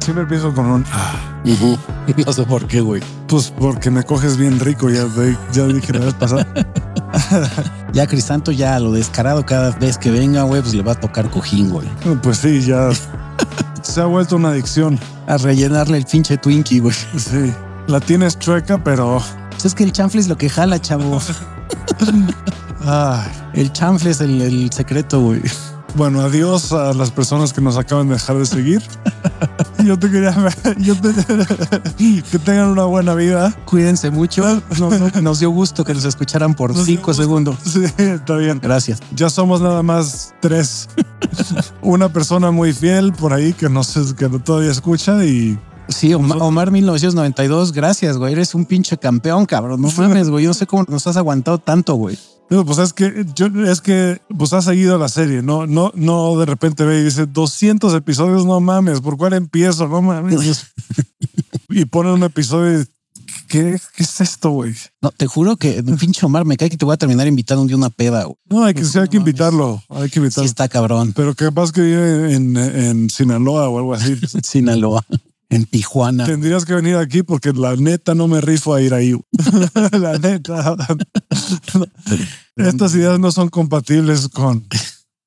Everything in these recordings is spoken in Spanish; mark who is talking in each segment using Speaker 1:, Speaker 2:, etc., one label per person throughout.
Speaker 1: siempre empiezo con un ah,
Speaker 2: No sé por qué, güey.
Speaker 1: pues porque me coges bien rico, ya, de- ya dije la vez pasada.
Speaker 2: Ya Crisanto, ya lo descarado cada vez que venga, güey, pues le va a tocar cojín, güey.
Speaker 1: No, Pues sí, ya se ha vuelto una adicción.
Speaker 2: A rellenarle el pinche Twinkie, güey.
Speaker 1: Sí, la tienes chueca, pero
Speaker 2: Pues es que el chanfle es lo que jala, chavo.
Speaker 1: ay,
Speaker 2: El chanfle es el, el secreto, güey.
Speaker 1: Bueno, adiós a las personas que nos acaban de dejar de seguir. Yo te quería yo te- que tengan una buena vida.
Speaker 2: Cuídense mucho. Nos, nos dio gusto que nos escucharan por
Speaker 1: Nos dio
Speaker 2: cinco
Speaker 1: gusto.
Speaker 2: segundos.
Speaker 1: Sí, está bien.
Speaker 2: Gracias.
Speaker 1: Ya somos nada más tres. Una persona muy fiel por ahí que no sé, que todavía escucha y
Speaker 2: Sí, Omar, Omar 1992, gracias, güey. Eres un pinche campeón, cabrón. No mames, güey. Yo no sé cómo nos has aguantado tanto, güey.
Speaker 1: digo, pues es que yo es que pues has seguido la serie, no no no de repente ve y dice 200 episodios, no mames, ¿por cuál empiezo? No mames. Y pone un episodio y, ¿qué, qué es esto, güey?
Speaker 2: No, te juro que pinche Omar me cae que te voy a terminar invitando un día a una peda, güey.
Speaker 1: No, hay que, sí, hay que
Speaker 2: Pues, No
Speaker 1: invitarlo,
Speaker 2: mames.
Speaker 1: hay que
Speaker 2: Sí
Speaker 1: invitarlo.
Speaker 2: está cabrón.
Speaker 1: Pero capaz que vive en, en Sinaloa o algo así.
Speaker 2: Sinaloa, en Tijuana.
Speaker 1: Tendrías que venir aquí porque la neta no me rifo a ir ahí. la neta. Estas ideas no son compatibles con,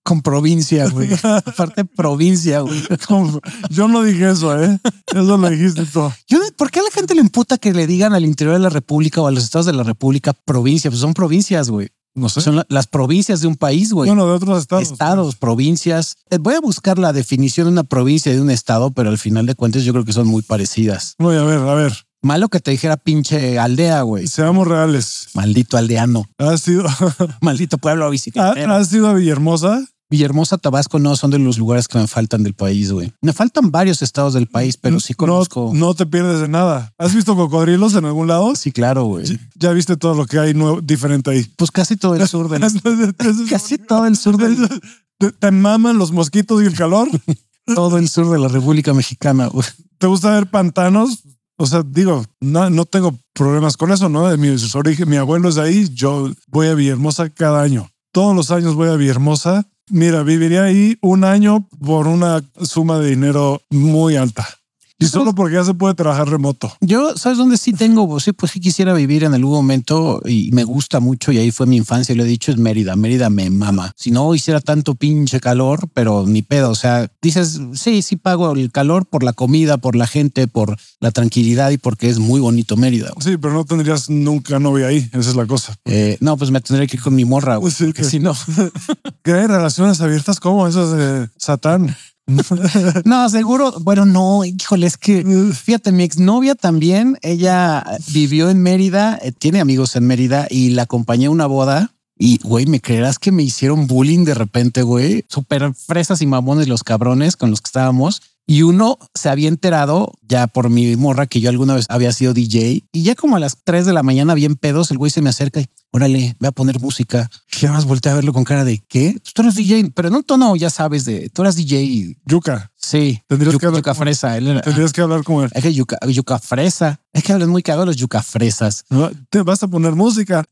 Speaker 2: Con provincia, güey. Aparte, provincia, güey.
Speaker 1: con- Yo no dije eso, ¿eh? Eso lo dijiste tú.
Speaker 2: Yo, ¿Por qué a la gente le emputa que le digan al interior de la República o a los estados de la República provincia? Pues son provincias, güey.
Speaker 1: No sé.
Speaker 2: Son la- las provincias de un país, güey.
Speaker 1: Bueno, de otros estados.
Speaker 2: estados, provincias. Eh, Voy a buscar la definición de una provincia y de un estado, pero al final de cuentas yo creo que son muy parecidas.
Speaker 1: No, y a ver, a ver.
Speaker 2: Malo que te dijera pinche aldea, güey.
Speaker 1: Seamos reales.
Speaker 2: Maldito aldeano. Ah,
Speaker 1: ¿Has sido,
Speaker 2: Maldito pueblo bicicleta.
Speaker 1: ¿Has sido a Villahermosa?
Speaker 2: Villahermosa, Tabasco no son de los lugares que me faltan del país, güey. Me faltan varios estados del país, pero sí conozco.
Speaker 1: No, no te pierdes de nada. ¿Has visto cocodrilos en algún lado?
Speaker 2: Sí, claro, güey.
Speaker 1: Ya viste todo lo que hay nuevo, diferente ahí.
Speaker 2: Pues casi todo el sur del... casi todo el sur del...
Speaker 1: ¿Te, te maman los mosquitos y el calor?
Speaker 2: Todo el sur de la República Mexicana, güey.
Speaker 1: ¿Te gusta ver pantanos? O sea, digo, no, no tengo problemas con eso, ¿no? De mi sus origen, mi abuelo es de ahí, yo voy a Villahermosa cada año. Todos los años voy a Villahermosa. Mira, viviría ahí un año por una suma de dinero muy alta. Y solo porque ya se puede trabajar remoto.
Speaker 2: Yo, ¿sabes dónde sí tengo? Pues sí, pues sí quisiera vivir en algún momento y me gusta mucho y ahí fue mi infancia y lo he dicho, es Mérida. Mérida me mama. Si no hiciera tanto pinche calor, pero ni pedo. O sea, dices, sí, sí pago el calor por la comida, por la gente, por la tranquilidad y porque es muy bonito Mérida. güey.
Speaker 1: Sí, pero no tendrías nunca novia ahí. Esa es la cosa.
Speaker 2: Eh, no, pues me tendré que ir con mi morra, güey.
Speaker 1: Pues sí,
Speaker 2: porque
Speaker 1: que-
Speaker 2: si no.
Speaker 1: ¿Qué hay relaciones abiertas? ¿Cómo? Eso es de Satán.
Speaker 2: No, seguro. Bueno, no, híjole, es que fíjate, mi exnovia también, ella vivió en Mérida, eh, tiene amigos en Mérida y la acompañé a una boda. Y, güey, ¿me creerás que me hicieron bullying de repente, güey? Súper fresas y mamones los cabrones con los que estábamos. Y uno se había enterado ya por mi morra que yo alguna vez había sido DJ. Y ya como a las 3 de la mañana, bien pedos, el güey se me acerca y, órale, voy a poner música. Y nada más volteé a verlo con cara de, ¿qué? Tú eres DJ, pero en un tono, ya sabes, de, tú eras DJ. y-
Speaker 1: Yuca.
Speaker 2: Sí,
Speaker 1: Tendrías
Speaker 2: yuca,
Speaker 1: que hablar
Speaker 2: yuca
Speaker 1: con-
Speaker 2: fresa. Él era,
Speaker 1: Tendrías que hablar con él.
Speaker 2: es que yuca, yuca fresa. Es que hablan muy cagados los yuca fresas.
Speaker 1: ¿no? Te vas a poner música.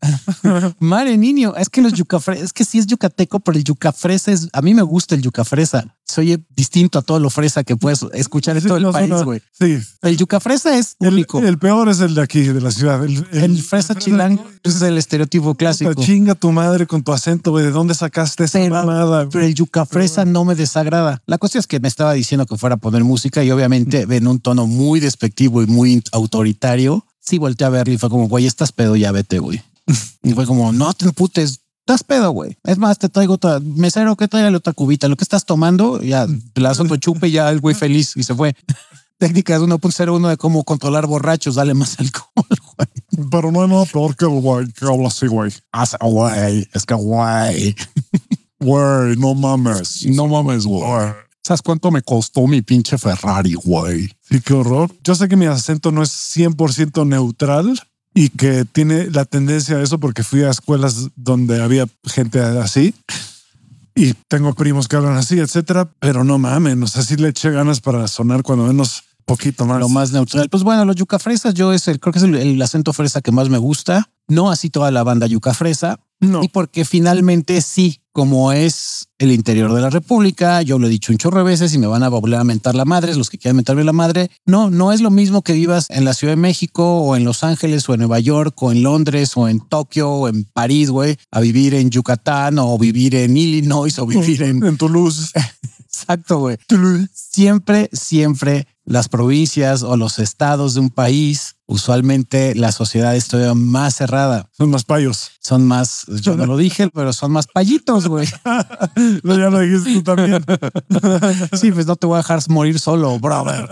Speaker 2: Madre niño, es que los yuca fre- es que sí es yucateco, pero el yuca fresa es. A mí me gusta el yuca fresa. Soy distinto a todo lo fresa que puedes escuchar en
Speaker 1: Sí,
Speaker 2: todo el
Speaker 1: no,
Speaker 2: país,
Speaker 1: no.
Speaker 2: güey.
Speaker 1: Sí.
Speaker 2: El yuca fresa es
Speaker 1: El,
Speaker 2: único. El,
Speaker 1: el peor es el de aquí, de la ciudad. El,
Speaker 2: fresa chilango es el estereotipo
Speaker 1: Puta,
Speaker 2: clásico.
Speaker 1: chinga tu madre con tu acento, güey. ¿De dónde sacaste esa
Speaker 2: Pero-
Speaker 1: mamada?
Speaker 2: Pero el yuca fresa no me desagrada. La cuestión es que me estaba diciendo que fuera a poner música y obviamente en un tono muy despectivo y muy autoritario. Sí volteé a verlo y fue como, güey, estás pedo, ya vete, güey. Y fue como, no te emputes, estás pedo, güey. Es más, te traigo otra, mesero, que tráigale otra cubita, lo que estás tomando, ya, la otro chupe, ya el güey feliz y se fue. Técnicas 1.01 de cómo controlar borrachos, dale más alcohol, güey.
Speaker 1: Pero no hay nada peor que el güey que habla así, güey.
Speaker 2: Haz- Ah, güey, es que güey.
Speaker 1: Güey, no mames.
Speaker 2: No mames, güey. ¿Sabes cuánto me costó mi pinche Ferrari, güey?
Speaker 1: Sí, qué horror. Yo sé que mi acento no es 100% neutral y que tiene la tendencia a eso porque fui a escuelas donde había gente así y tengo primos que hablan así, etcétera. Pero no mames, o sea, sí le eché ganas para sonar cuando menos poquito más.
Speaker 2: lo más neutral. Pues bueno, los yuca fresas, yo es el, creo que es el, el acento fresa que más me gusta. No así toda la banda yuca fresa,
Speaker 1: No.
Speaker 2: Y porque finalmente sí, como es el interior de la República, yo lo he dicho un chorro de veces y me van a volver a mentar la madre, los que quieran mentarme la madre. No, no es lo mismo que vivas en la Ciudad de México o en Los Ángeles o en Nueva York o en Londres o en Tokio o en París, güey, a vivir en Yucatán o vivir en Illinois o vivir en...
Speaker 1: En Toulouse.
Speaker 2: Exacto, güey. Siempre, siempre las provincias o los estados de un país, usualmente la sociedad es todavía más cerrada.
Speaker 1: Son más payos.
Speaker 2: Son más, yo no lo dije, pero son más payitos, güey.
Speaker 1: No, ya lo dijiste tú también.
Speaker 2: Sí, pues no te voy a dejar morir solo, brother.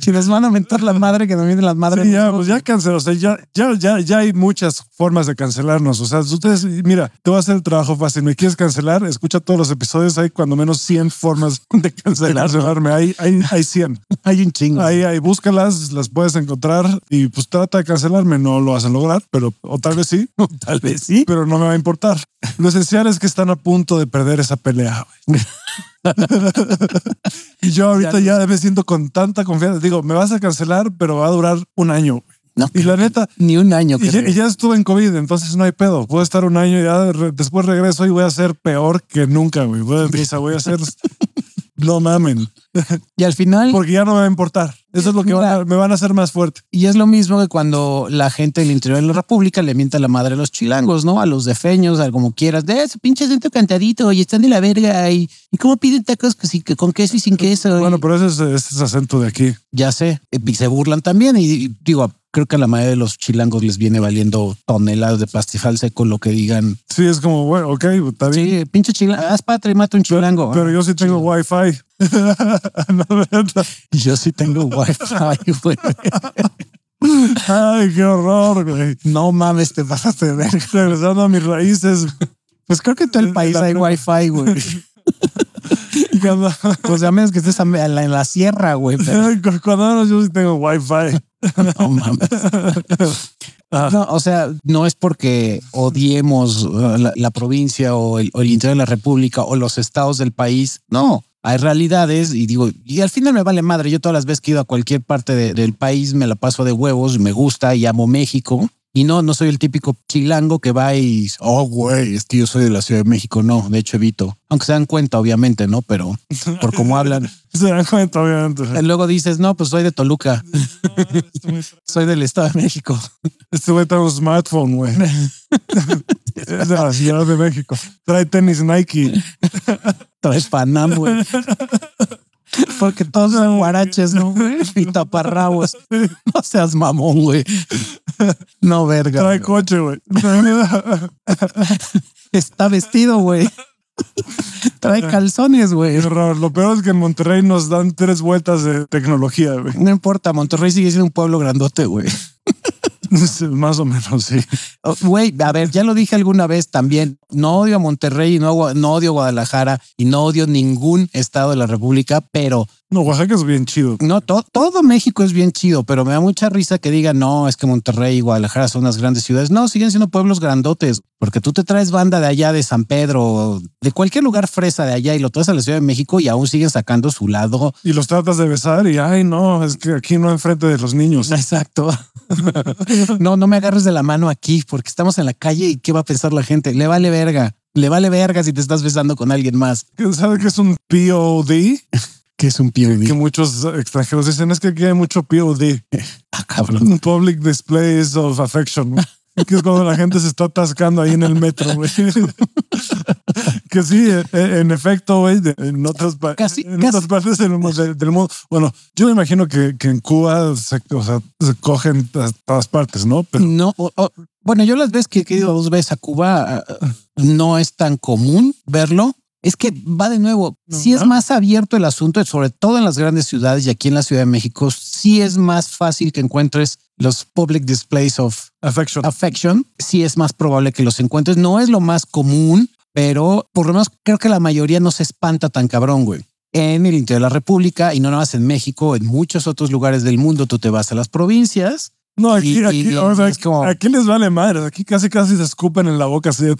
Speaker 2: Si les van a mentar la madre, que no vienen las madres.
Speaker 1: Sí, ya, pues ya canceló. O sea, ya, ya, ya, ya hay muchas formas de cancelarnos. O sea, ustedes, mira, te voy a hacer el trabajo fácil. ¿Me quieres cancelar? Escucha todos los episodios. Hay cuando menos 100 formas de cancelarme. Hay, hay, hay 100.
Speaker 2: Hay un chingo.
Speaker 1: Ahí, ahí, búscalas, las puedes encontrar y pues trata de cancelarme. No lo hacen lograr, pero o tal vez sí,
Speaker 2: O Tal vez sí.
Speaker 1: pero no me va a importar. Lo esencial es que están a punto de perder esa pelea. güey. y yo ahorita ya, me siento con tanta confianza. Digo, me vas a cancelar, pero va a durar un año. güey.
Speaker 2: No,
Speaker 1: Y la neta,
Speaker 2: ni un año.
Speaker 1: y ya,
Speaker 2: creo.
Speaker 1: y ya estuve en COVID, entonces no hay pedo. Puedo estar un año y ya re- después regreso y voy a ser peor que nunca, güey. Voy a, risa, voy a ser... No mamen,
Speaker 2: Y al final,
Speaker 1: porque ya no me va a importar. Eso es lo que van a- me van a hacer más fuerte.
Speaker 2: y es lo mismo que cuando la gente del interior de la República le mienta la madre a los chilangos, ¿no? A los defeños, a como quieras. De "Ah, ese pinche acento cantadito y están de la verga. ¿Y, y cómo piden tacos que sin- que con queso y sin queso? Y-
Speaker 1: Bueno, pero ese es, ese es acento de aquí.
Speaker 2: Ya sé, y se burlan también y, y digo, creo que a la mayoría de los chilangos les viene valiendo toneladas de pastifal seco lo que digan.
Speaker 1: Sí, es como, bueno, ok, está bien.
Speaker 2: Sí, pinche chilango, haz patria y mata un chilango.
Speaker 1: Pero yo sí tengo wifi. No, neta.
Speaker 2: Yo sí tengo wifi, güey.
Speaker 1: Ay, qué horror, güey.
Speaker 2: No mames, te pasaste de verga.
Speaker 1: Regresando a mis raíces.
Speaker 2: Pues creo que en todo el país hay wifi, güey.
Speaker 1: Cuando,
Speaker 2: Pues a menos que estés a me- a la- en la sierra, güey. pero
Speaker 1: cuando no, yo sí tengo wifi.
Speaker 2: No mames. No, o sea, no es porque odiemos uh, la, la provincia o el, o el interior de la república o los estados del país. No, hay realidades y digo, y al final me vale madre. Yo todas las veces que he ido a cualquier parte de- del país me la paso de huevos, me gusta y amo México. Y no, no soy el típico chilango que va y, oh, güey, es que yo soy de la Ciudad de México. No, de hecho evito. Aunque se dan cuenta, obviamente, ¿no? Pero por cómo hablan.
Speaker 1: Se dan cuenta, obviamente.
Speaker 2: Luego dices, no, pues soy de Toluca, soy del Estado de México.
Speaker 1: Este güey trae un smartphone, güey. Es de la Ciudad de México. Trae tenis Nike.
Speaker 2: Traes Panam, güey. Porque todos son guaraches, ¿no? güey? Y taparrabos. No seas mamón, güey. No, verga.
Speaker 1: Trae coche, güey.
Speaker 2: Está vestido, güey. Trae calzones, güey.
Speaker 1: Es raro. Lo peor es que en Monterrey nos dan tres vueltas de tecnología, güey.
Speaker 2: No importa, Monterrey sigue siendo un pueblo grandote, güey.
Speaker 1: Más o menos, sí.
Speaker 2: Oh, Güey, a ver, ya lo dije alguna vez también. No odio a Monterrey y no, agua- no odio a Guadalajara y no odio ningún estado de la República, pero
Speaker 1: No, Oaxaca es bien chido.
Speaker 2: No, to- todo México es bien chido, pero me da mucha risa que digan, no, es que Monterrey y Guadalajara son unas grandes ciudades. No, siguen siendo pueblos grandotes, porque tú te traes banda de allá, de San Pedro, de cualquier lugar fresa de allá y lo traes a la Ciudad de México y aún siguen sacando su lado.
Speaker 1: Y los tratas de besar y, ay, no, es que aquí no enfrente de los niños.
Speaker 2: Exacto. no, no me agarres de la mano aquí, porque estamos en la calle y ¿qué va a pensar la gente? Le vale verga. Le vale verga si te estás besando con alguien más.
Speaker 1: ¿Sabes qué es un POD?
Speaker 2: Que es un
Speaker 1: Que
Speaker 2: POV.
Speaker 1: muchos extranjeros dicen, es que aquí hay mucho POD.
Speaker 2: Ah, cabrón.
Speaker 1: Public Displays of Affection. güey. Que es cuando la gente se está atascando ahí en el metro, güey. Que sí, eh, en efecto, güey, de- en otras, pa-
Speaker 2: Casi-
Speaker 1: en
Speaker 2: casi.
Speaker 1: otras partes del, mu- del- del mundo. Bueno, yo me imagino que, que en Cuba se, o sea, se cogen a todas partes, ¿no? Pero
Speaker 2: No, o- o- bueno, yo las veces que he ido dos veces a Cuba, ah, ah, no es tan común verlo. Es que va de nuevo,
Speaker 1: No,
Speaker 2: si es
Speaker 1: ¿no?
Speaker 2: más abierto el asunto, sobre todo en las grandes ciudades y aquí en la Ciudad de México, sí es más fácil que encuentres los public displays of
Speaker 1: affection.
Speaker 2: affection, sí es más probable que los encuentres. No es lo más común, pero por lo menos creo que la mayoría no se espanta tan cabrón, güey. En el interior de la República y no nada más en México, en muchos otros lugares del mundo, tú te vas a las provincias
Speaker 1: No, aquí,
Speaker 2: y- y-
Speaker 1: aquí,
Speaker 2: y
Speaker 1: o sea,
Speaker 2: es como-
Speaker 1: aquí les vale madre. Aquí casi, casi se escupen en la boca. Así de-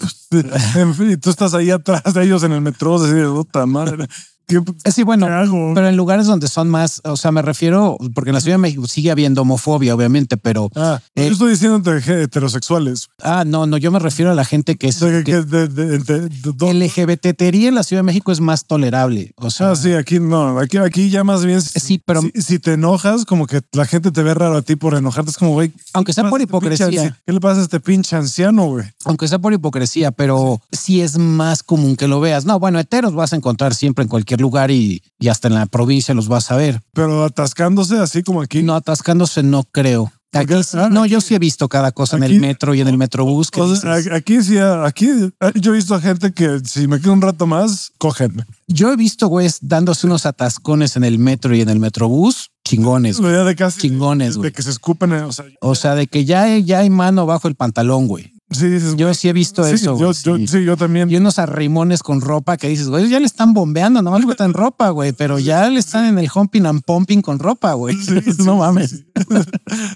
Speaker 1: en fin, y tú estás ahí atrás de ellos en el metro. Así de puta madre. ¿Qué,
Speaker 2: Sí, bueno,
Speaker 1: qué hago?
Speaker 2: pero en lugares donde son más, o sea, me refiero, porque en la Ciudad de México sigue habiendo homofobia, obviamente, pero,
Speaker 1: Ah,
Speaker 2: eh,
Speaker 1: yo estoy diciendo entre je- heterosexuales.
Speaker 2: ah, no, no, yo me refiero a la gente que
Speaker 1: O
Speaker 2: es
Speaker 1: sea, que,
Speaker 2: que
Speaker 1: que de- de- de- de- do-
Speaker 2: LGBTería en la Ciudad de México es más tolerable. O sea,
Speaker 1: Ah, sí, aquí no, aquí, aquí ya más bien. si-
Speaker 2: Sí, pero-
Speaker 1: si, si te enojas, como que la gente te ve raro a ti por enojarte, es como, güey. ¿qué
Speaker 2: aunque sea
Speaker 1: pasa
Speaker 2: por
Speaker 1: a este pinche
Speaker 2: hipocresía,
Speaker 1: anci- ¿Qué le pasa a este pinche anciano, güey?
Speaker 2: aunque sea por hipocresía, pero sí es más común que lo veas. No, bueno, heteros vas a encontrar siempre en cualquier lugar y, y hasta en la provincia los vas a ver.
Speaker 1: Pero atascándose así como aquí.
Speaker 2: No atascándose, no creo. Aquí
Speaker 1: Porque,
Speaker 2: sí-
Speaker 1: ah,
Speaker 2: no, yo sí he visto cada cosa en
Speaker 1: aquí-
Speaker 2: el metro y en el metrobús. que
Speaker 1: O sea,
Speaker 2: dices.
Speaker 1: a- aquí sí, a- aquí a- yo he visto a gente que si me quedo un rato más, cogen.
Speaker 2: Yo he visto güeyes dándose unos atascones en el metro y en el metrobús, chingones. güey.
Speaker 1: La idea de casi.
Speaker 2: Chingones,
Speaker 1: De
Speaker 2: güey.
Speaker 1: que se escupen, eh, o sea,
Speaker 2: O sea, de que ya hay, ya hay mano bajo el pantalón, güey.
Speaker 1: sí dices.
Speaker 2: Yo sí he visto
Speaker 1: sí,
Speaker 2: eso.
Speaker 1: yo,
Speaker 2: güey,
Speaker 1: yo-
Speaker 2: sí.
Speaker 1: sí, yo también.
Speaker 2: Y unos arrimones con ropa que dices, güey, ya le están bombeando, nomás le están ropa, güey, pero ya le están en el humping and pumping con ropa, güey. no mames. Sí,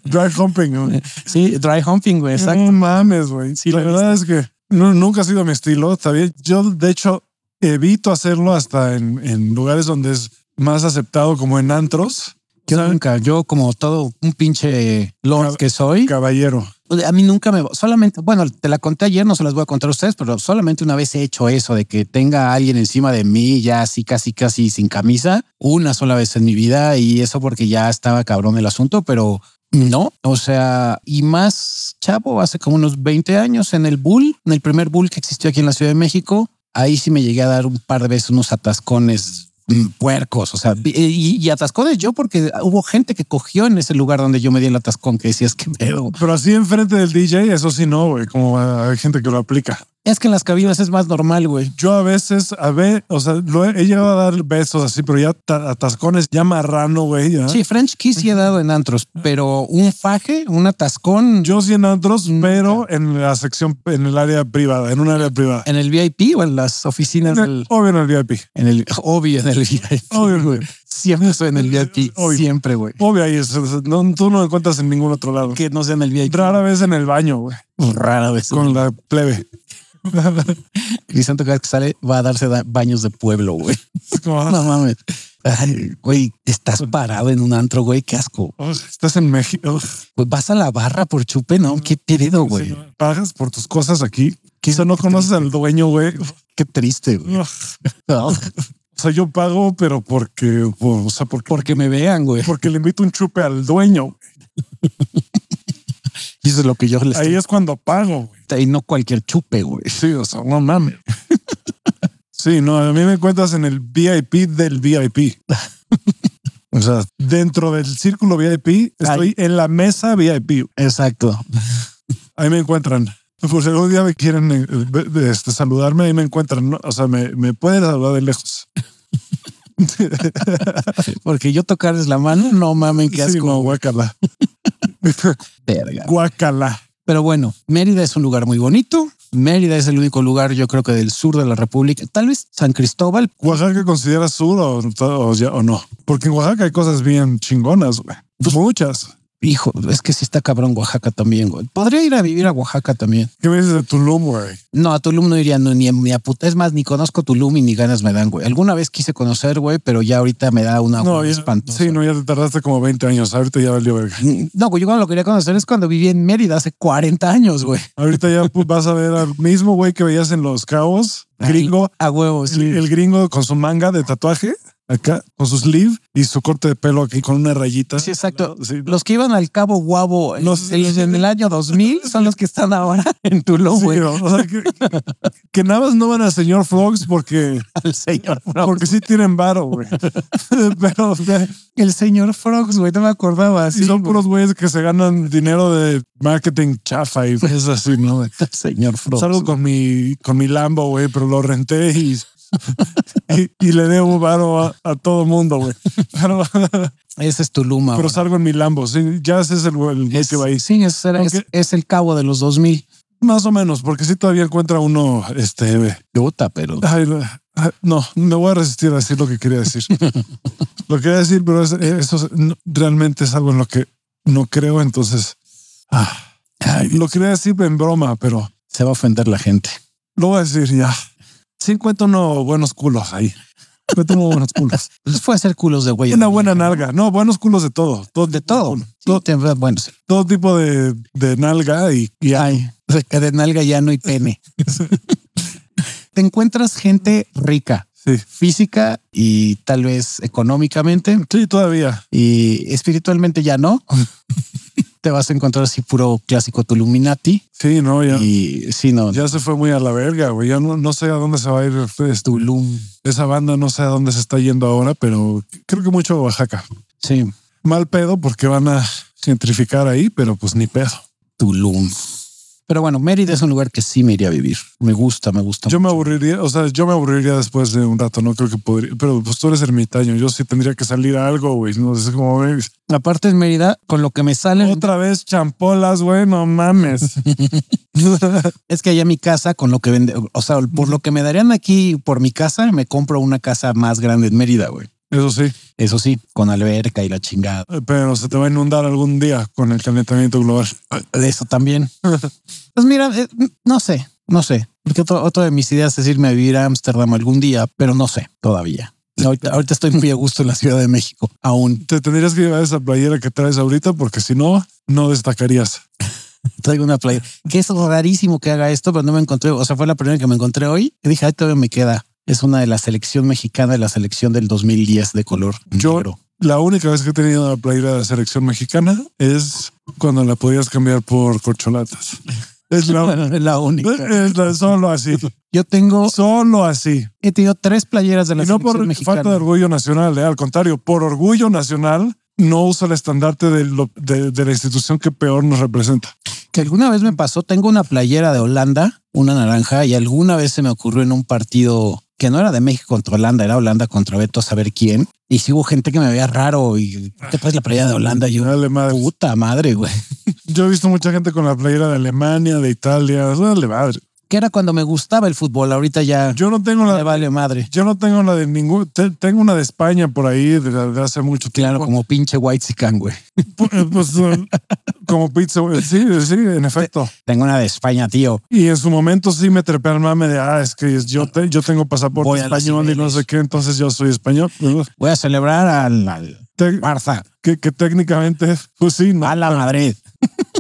Speaker 1: Dry humping. güey.
Speaker 2: dry humping, güey, exacto.
Speaker 1: No mames, güey.
Speaker 2: Sí,
Speaker 1: la
Speaker 2: lo he
Speaker 1: verdad es que no- nunca ha sido mi estilo, está bien. Yo, de hecho, evito hacerlo hasta en, en lugares donde es más aceptado, como en antros.
Speaker 2: Yo
Speaker 1: ¿Saben?
Speaker 2: nunca, yo como todo un pinche
Speaker 1: Cab-
Speaker 2: lord que soy,
Speaker 1: Caballero.
Speaker 2: Pues, a mí nunca me, solamente, bueno, te la conté ayer, no se las voy a contar a ustedes, pero solamente una vez he hecho eso de que tenga a alguien encima de mí, ya así, casi, casi sin camisa, una sola vez en mi vida y eso porque ya estaba cabrón el asunto, pero no, o sea, y más chavo, hace como unos 20 años en el Bull, en el primer Bull que existió aquí en la Ciudad de México, ahí sí me llegué a dar un par de veces unos atascones mm, puercos, o sea, vi- y, y atascones yo porque hubo gente que cogió en ese lugar donde yo me di el atascón que decías que pedo.
Speaker 1: Pero así enfrente del DJ, eso sí no, güey. Como ah, hay gente que lo aplica.
Speaker 2: Es que en las cabinas es más normal, güey.
Speaker 1: Yo a veces, a ver, o sea, lo he, he llegado a dar besos así, pero ya ta- atascones, ya marrano, güey. ya.
Speaker 2: Sí, French Kiss sí he dado en antros, pero un faje, un atascón
Speaker 1: Yo sí en antros, pero en la sección, en el área privada, en un área privada.
Speaker 2: en el VIP o en las oficinas del.
Speaker 1: Obvio en el VIP.
Speaker 2: En el, obvio, en el VIP.
Speaker 1: Obvio.
Speaker 2: güey. Siempre soy en el VIP.
Speaker 1: Obvio.
Speaker 2: Siempre, güey.
Speaker 1: Obvio ahí, es- es- no, tú no lo encuentras en ningún otro lado.
Speaker 2: Que no sea en el VIP.
Speaker 1: Rara vez en el baño, güey,
Speaker 2: Rara vez.
Speaker 1: con la plebe.
Speaker 2: Crisanto, cada vez que sale, va a darse da- baños de pueblo, güey.
Speaker 1: Es como, ah,
Speaker 2: No mames. Ay, güey, estás parado en un antro, güey. Qué asco.
Speaker 1: oh, estás en México.
Speaker 2: Güey, vas a la barra por chupe, no? Qué pedo, güey.
Speaker 1: Pagas por tus cosas aquí.
Speaker 2: Qué-
Speaker 1: Quizá no
Speaker 2: qué
Speaker 1: conoces al dueño, güey.
Speaker 2: Qué triste, güey.
Speaker 1: O sea, yo pago, pero porque, o sea, porque,
Speaker 2: Porque me vean, güey.
Speaker 1: porque le invito un chupe al dueño.
Speaker 2: Y eso es lo que yo les
Speaker 1: Ahí es cuando pago, güey.
Speaker 2: y no cualquier chupe, güey.
Speaker 1: Este. Sí, o sea, no mames. Sí, no, a mí me encuentras en el VIP del VIP. O sea, dentro del círculo VIP, estoy en la mesa VIP.
Speaker 2: Exacto.
Speaker 1: Ahí me encuentran. Por si algún día me quieren eh, ve- de- este, saludarme, ahí me encuentran. ¿no? O sea, me, me pueden saludar de lejos.
Speaker 2: Porque yo tocarles la mano, no mamen, qué
Speaker 1: Sí,
Speaker 2: asco.
Speaker 1: no, guácala.
Speaker 2: Verga.
Speaker 1: guácala.
Speaker 2: Pero bueno, Mérida es un lugar muy bonito. Mérida es el único lugar, yo creo que del sur de la República, tal vez San Cristóbal.
Speaker 1: ¿Oaxaca considera sur o, o ya- o no? Porque en Oaxaca hay cosas bien chingonas, güey.
Speaker 2: Pues,
Speaker 1: Muchas.
Speaker 2: Hijo, es que sí está cabrón Oaxaca también, güey. Podría ir a vivir a Oaxaca también.
Speaker 1: ¿Qué me dices de Tulum, güey?
Speaker 2: No, a Tulum no iría no, ni, a- ni a puta. Es más, ni conozco Tulum y ni ganas me dan, güey. Alguna vez quise conocer, güey, pero ya ahorita me da una
Speaker 1: No,
Speaker 2: hueva
Speaker 1: ya-
Speaker 2: espantosa.
Speaker 1: sí, no, ya te tardaste como 20 años. Ahorita ya valió verga.
Speaker 2: No, güey, yo cuando lo quería conocer es cuando viví en Mérida hace 40 años, güey.
Speaker 1: Ahorita ya pues, vas a ver al mismo güey que veías en Los Cabos, gringo,
Speaker 2: A huevos.
Speaker 1: el, el gringo con su manga de tatuaje acá, con su sleeve y su corte de pelo aquí con una rayita.
Speaker 2: Sí, exacto.
Speaker 1: Sí.
Speaker 2: Los que iban al Cabo Guabo en,
Speaker 1: No sé.
Speaker 2: en- en el año 2000 son los que están ahora en Tulum,
Speaker 1: Sí,
Speaker 2: güey.
Speaker 1: o sea, que, que nada más no van al señor Frogs porque,
Speaker 2: Al señor Frogs.
Speaker 1: porque sí tienen varo, güey. Pero o sea,
Speaker 2: El señor Frogs, güey, no me acordaba.
Speaker 1: sí,
Speaker 2: Sí,
Speaker 1: son
Speaker 2: güey.
Speaker 1: puros güeyes que se ganan dinero de marketing chafa y es así, ¿no?
Speaker 2: El señor Frogs.
Speaker 1: Salgo con mi, con mi Lambo, güey, pero lo renté y, y, y le debo varo a, a todo mundo, güey. Pero,
Speaker 2: Ah, Ese es Tulum ahora.
Speaker 1: pero salgo en mi Lambo, sí, ya ese es el güey el güey
Speaker 2: es,
Speaker 1: que va ahí.
Speaker 2: sí, es, era- es-
Speaker 1: Aunque-
Speaker 2: es el Cabo de los 2000.
Speaker 1: Más o menos, porque sí todavía encuentra uno, este, güey.
Speaker 2: Puta, pero...
Speaker 1: Ay, lo- ay, no, me voy a resistir a decir lo que quería decir. lo que quería decir, pero es- eh, eso es- no, realmente es algo en lo que no creo, entonces ah,
Speaker 2: Ay,
Speaker 1: lo quería decir en broma, pero
Speaker 2: se va a ofender la gente.
Speaker 1: lo voy a decir ya. Sí encuentro unos buenos culos ahí. Me tomo buenos culos.
Speaker 2: Pues Fue a hacer culos de güey.
Speaker 1: Una buena nalga. No, buenos culos de todo. todo
Speaker 2: De todo. Sí, te- bueno, sí.
Speaker 1: todo tipo de, de nalga y, y
Speaker 2: Ay, reca de nalga, llano y pene. te encuentras gente rica,
Speaker 1: sí.
Speaker 2: física y tal vez económicamente
Speaker 1: Sí, todavía.
Speaker 2: y espiritualmente ya no. te vas a encontrar así puro clásico Tuluminati
Speaker 1: Sí, no, ya,
Speaker 2: y sí, no.
Speaker 1: ya se fue muy a la verga, güey. Ya no, no sé a dónde se va a ir este,
Speaker 2: Tulum.
Speaker 1: esa banda, no sé a dónde se está yendo ahora, pero creo que mucho a Oaxaca.
Speaker 2: Sí,
Speaker 1: Mal pedo porque van a gentrificar ahí, pero pues ni pedo.
Speaker 2: Tulum. Pero bueno, Mérida es un lugar que sí me iría a vivir. Me gusta, me gusta.
Speaker 1: Yo me aburriría, o sea, yo me aburriría después de un rato, no creo que podría, pero pues tú eres ermitaño, yo sí tendría que salir a algo, güey. No sé cómo ves.
Speaker 2: Aparte en Mérida, con lo que me salen,
Speaker 1: Otra vez champolas, güey, no mames.
Speaker 2: es que allá mi casa, con lo que vende, o sea, por lo que me darían aquí por mi casa, me compro una casa más grande en Mérida, güey.
Speaker 1: Eso sí,
Speaker 2: Eso sí, con alberca y la chingada.
Speaker 1: pero se te va a inundar algún día con el calentamiento global.
Speaker 2: De eso también. Pues mira, eh, no sé, no sé. Porque otro- otra de mis ideas es irme a vivir a Ámsterdam algún día, pero no sé todavía. Ahorita, ahorita estoy muy a gusto en la Ciudad de México, aún.
Speaker 1: Te tendrías que llevar esa playera que traes ahorita porque si no, no destacarías.
Speaker 2: Traigo una playa. Que es rarísimo que haga esto, pero no me encontré. O sea, fue la primera que me encontré hoy. Y dije, ay, todavía me queda. Es una de la selección mexicana de la selección del 2010 de color
Speaker 1: Yo-
Speaker 2: negro.
Speaker 1: La única vez que he tenido una playera de la selección mexicana es cuando la podías cambiar por corcholatas. Es la,
Speaker 2: la única.
Speaker 1: es la- solo así,
Speaker 2: Yo tengo,
Speaker 1: solo así.
Speaker 2: he tenido tres playeras de la
Speaker 1: Y no
Speaker 2: selección
Speaker 1: por
Speaker 2: mexicana.
Speaker 1: falta de orgullo nacional, eh, al contrario, por orgullo nacional no usa el estandarte de, lo- de- de la institución que peor nos representa.
Speaker 2: que alguna vez me pasó, tengo una playera de Holanda, una naranja, y alguna vez se me ocurrió en un partido que no era de México contra Holanda, era Holanda contra Beto, a saber quién. Y si hubo gente que me veía raro y te pones la playera de Holanda, y yo,
Speaker 1: Dale madre.
Speaker 2: puta madre, güey.
Speaker 1: Yo he visto mucha gente con la playera de Alemania, de Italia. Dale madre.
Speaker 2: Que era cuando me gustaba el fútbol, ahorita ya
Speaker 1: Yo no tengo
Speaker 2: me
Speaker 1: la,
Speaker 2: vale madre.
Speaker 1: yo no tengo la de ningún. te- tengo una de España por ahí de, de hace mucho
Speaker 2: Claro,
Speaker 1: tiempo.
Speaker 2: como pinche White Sican, güey.
Speaker 1: Pu- Pues, eh, como pizza, güey. sí, eh, sí, en efecto.
Speaker 2: Tengo una de España, tío.
Speaker 1: Y en su momento sí me trepé al mame de, ah, es que yo, te- yo tengo pasaporte
Speaker 2: Voy a los
Speaker 1: español y no sé
Speaker 2: niveles.
Speaker 1: qué, entonces yo soy español.
Speaker 2: Voy a celebrar al, al
Speaker 1: Te-
Speaker 2: Barça,
Speaker 1: que, que técnicamente, pues sí, no,
Speaker 2: a la Madrid.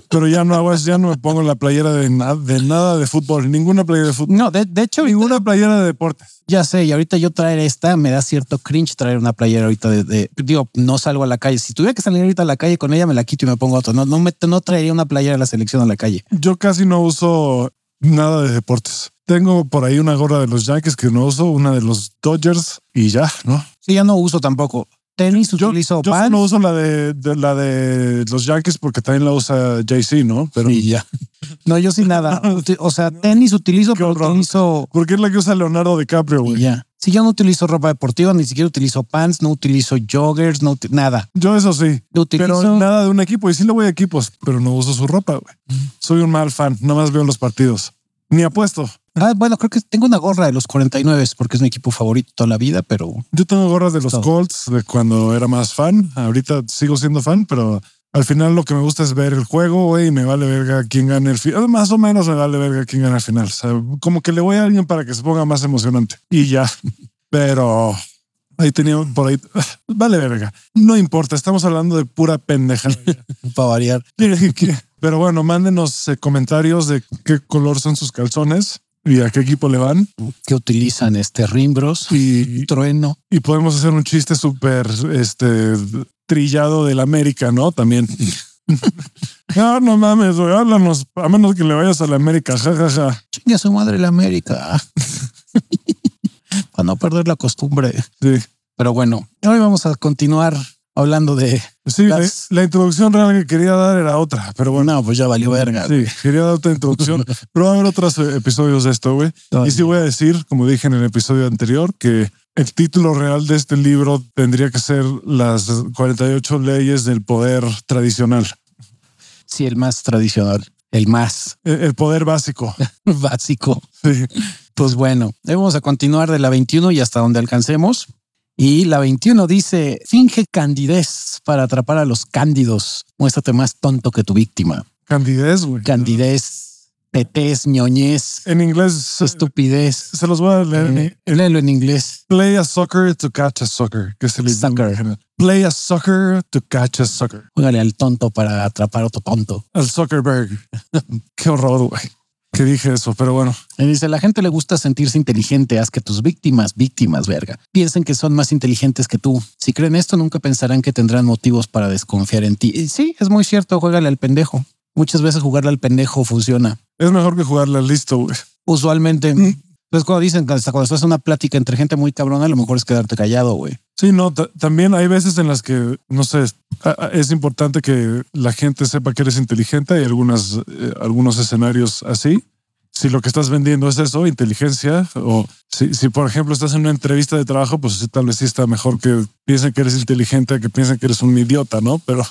Speaker 1: pero ya no hago eso, ya no me pongo la playera de, na- de nada de fútbol, ninguna playera de fútbol,
Speaker 2: No, de, de hecho, ahorita-
Speaker 1: ninguna playera de deportes.
Speaker 2: Ya sé, y ahorita yo traer esta me da cierto cringe traer una playera ahorita de, de- digo, no salgo a la calle. Si tuviera que salir ahorita a la calle con ella, me la quito y me pongo otra. No, no me no traería una playera de la selección a la calle.
Speaker 1: Yo casi no uso nada de deportes. Tengo por ahí una gorra de los Yankees que no uso, una de los Dodgers y ya, ¿no?
Speaker 2: Sí, ya no uso tampoco. Tenis
Speaker 1: Yo,
Speaker 2: utilizo
Speaker 1: yo
Speaker 2: pants
Speaker 1: no uso la de, de- la de los Yankees porque también la usa Jay-Z, ¿no? Pero
Speaker 2: y ya. No, yo sin nada. Uti- O sea, tenis utilizo,
Speaker 1: Qué
Speaker 2: pero
Speaker 1: horror.
Speaker 2: utilizo
Speaker 1: porque es la que usa Leonardo DiCaprio,
Speaker 2: y
Speaker 1: güey.
Speaker 2: ya. Si yo no utilizo ropa deportiva, ni siquiera utilizo pants, no utilizo joggers, no uti- nada.
Speaker 1: Yo eso sí,
Speaker 2: Yo utilizo
Speaker 1: pero nada de un equipo. Y sí le voy a equipos, pero no uso su ropa, güey. Soy un mal fan, nada más veo los partidos. Ni apuesto.
Speaker 2: Ah, bueno, creo que tengo una gorra de los 49 porque es mi equipo favorito toda la vida, pero
Speaker 1: Yo tengo gorras de los
Speaker 2: Todo.
Speaker 1: Colts de cuando era más fan. Ahorita sigo siendo fan, pero al final lo que me gusta es ver el juego, güey, y me vale verga quién gane el final. Más o menos me vale verga quién gana el final. O sea, como que le voy a alguien para que se ponga más emocionante. Y ya. Pero ahí teníamos por ahí. Vale verga. No importa, estamos hablando de pura pendeja.
Speaker 2: para variar.
Speaker 1: Pero bueno, mándenos eh, comentarios de qué color son sus calzones y a qué equipo le van.
Speaker 2: que utilizan este rimbros
Speaker 1: Y,
Speaker 2: trueno.
Speaker 1: y podemos hacer un chiste súper este, trillado del América, ¿no? También. Ah, no mames, güey, háblanos, a menos que le vayas a la América, jajaja.
Speaker 2: Chingue a su madre la América. Para no perder la costumbre.
Speaker 1: Sí,
Speaker 2: Pero bueno, hoy vamos a continuar hablando de.
Speaker 1: sí la,
Speaker 2: Las-
Speaker 1: la introducción real que quería dar era otra, pero bueno.
Speaker 2: No, pues ya valió verga.
Speaker 1: Sí, quería dar otra introducción, pero va a haber otros eh, episodios de esto, güey.
Speaker 2: Ay.
Speaker 1: Y sí voy a decir, como dije en el episodio anterior, que el título real de este libro tendría que ser Las 48 leyes del poder tradicional,
Speaker 2: Sí, el más tradicional, el más
Speaker 1: el, e, el poder básico.
Speaker 2: básico.
Speaker 1: Sí.
Speaker 2: Pues bueno, hoy vamos a continuar de la 21 y hasta donde alcancemos. Y la 21 dice: finge candidez para atrapar a los cándidos. Muéstrate más tonto que tu víctima.
Speaker 1: Candidez, güey.
Speaker 2: Candidez tetés, ñoñez,
Speaker 1: En inglés, eh,
Speaker 2: estupidez.
Speaker 1: se los voy a leer. en-
Speaker 2: Eh, léelo en inglés.
Speaker 1: Play a soccer to catch a soccer. Que se le
Speaker 2: Sucker.
Speaker 1: Play a soccer to catch a soccer.
Speaker 2: Juégale al tonto para atrapar otro tonto.
Speaker 1: Al Zuckerberg. Qué horror, güey. Que dije eso, pero bueno.
Speaker 2: Y dice, la gente le gusta sentirse inteligente, haz que tus víctimas, víctimas, verga, piensen que son más inteligentes que tú. Si creen esto, nunca pensarán que tendrán motivos para desconfiar en ti. Y sí, es muy cierto, juégale al pendejo. Muchas veces jugarle al pendejo funciona.
Speaker 1: Es mejor que jugarla listo, güey.
Speaker 2: Usualmente,
Speaker 1: Mm.
Speaker 2: pues cuando dicen que hasta cuando estás en una plática entre gente muy cabrona, a lo mejor es quedarte callado, güey.
Speaker 1: Sí, no, ta- también hay veces en las que, no sé, a- a- es importante que la gente sepa que eres inteligente. Hay algunas, eh, algunos escenarios así. Si lo que estás vendiendo es eso, inteligencia, o si, si, por ejemplo estás en una entrevista de trabajo, pues sí, tal vez sí está mejor que piensen que eres inteligente, que piensen que eres un idiota, ¿no? Pero,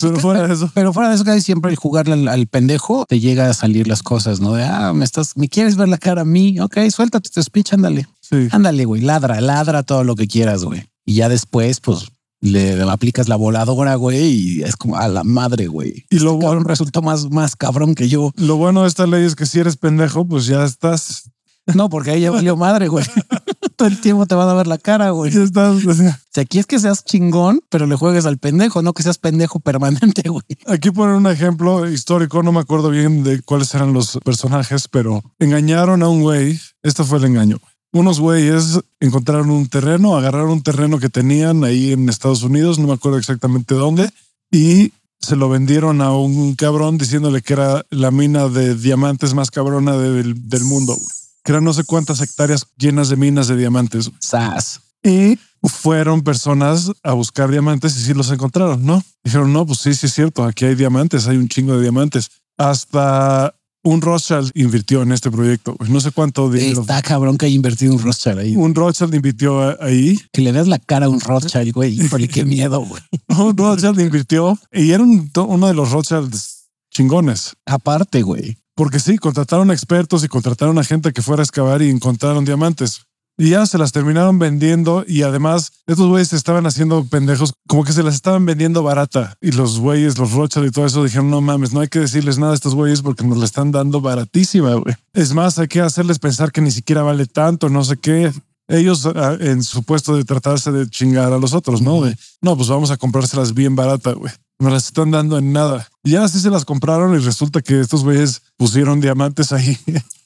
Speaker 1: pero fuera de eso,
Speaker 2: Pero fuera de eso, casi siempre el jugarle al, al pendejo te llega a salir las cosas, ¿no? De, ah, me estás, me quieres ver la cara a mí. Ok, suéltate tu speech, ándale.
Speaker 1: sí.
Speaker 2: Ándale, güey, ladra, ladra todo lo que quieras, güey. Y ya después, pues, le aplicas la voladora, güey, y es como a la madre, güey. Este
Speaker 1: Y lo,
Speaker 2: Cabrón, resultó más, más cabrón que yo.
Speaker 1: lo bueno de esta ley es que si eres pendejo, pues ya estás,
Speaker 2: No, porque ahí ya valió madre, güey. todo el tiempo te van a ver la cara, güey.
Speaker 1: ya estás. o sea,
Speaker 2: Si aquí es que seas chingón, pero le juegues al pendejo, no que seas pendejo permanente, güey.
Speaker 1: Aquí ponen un ejemplo histórico, no me acuerdo bien de cuáles eran los personajes, pero engañaron a un güey. Este fue el engaño. Unos güeyes encontraron un terreno, agarraron un terreno que tenían ahí en Estados Unidos, no me acuerdo exactamente dónde, y se lo vendieron a un cabrón diciéndole que era la mina de diamantes más cabrona del, del mundo. güey. Que eran no sé cuántas hectáreas llenas de minas de diamantes.
Speaker 2: Sas.
Speaker 1: Y fueron personas a buscar diamantes y sí los encontraron, ¿no? Dijeron, no, pues sí, sí es cierto, aquí hay diamantes, hay un chingo de diamantes. Hasta un Rothschild invirtió en este proyecto, güey. no sé cuánto dinero.
Speaker 2: Está cabrón que haya invertido un Rothschild ahí.
Speaker 1: Un Rothschild invirtió a- ahí,
Speaker 2: Que le veas la cara a un Rothschild, güey. Híjole, qué miedo, güey.
Speaker 1: un Rothschild invirtió y era un- to- uno de los Rothschilds chingones.
Speaker 2: Aparte, güey.
Speaker 1: Porque sí, contrataron expertos y contrataron a gente que fuera a excavar y encontraron diamantes. Y ya se las terminaron vendiendo y además estos güeyes se estaban haciendo pendejos, como que se las estaban vendiendo barata. Y los güeyes, los Rothschild y todo eso dijeron, no mames, no hay que decirles nada a estos güeyes porque nos la están dando baratísima, güey. Es más, hay que hacerles pensar que ni siquiera vale tanto, no sé qué. Ellos ah, en su puesto de tratarse de chingar a los otros, ¿no? De, no, pues vamos a comprárselas bien barata, güey. Me las están dando en nada. Y ahora sí se las compraron y resulta que estos güeyes pusieron diamantes ahí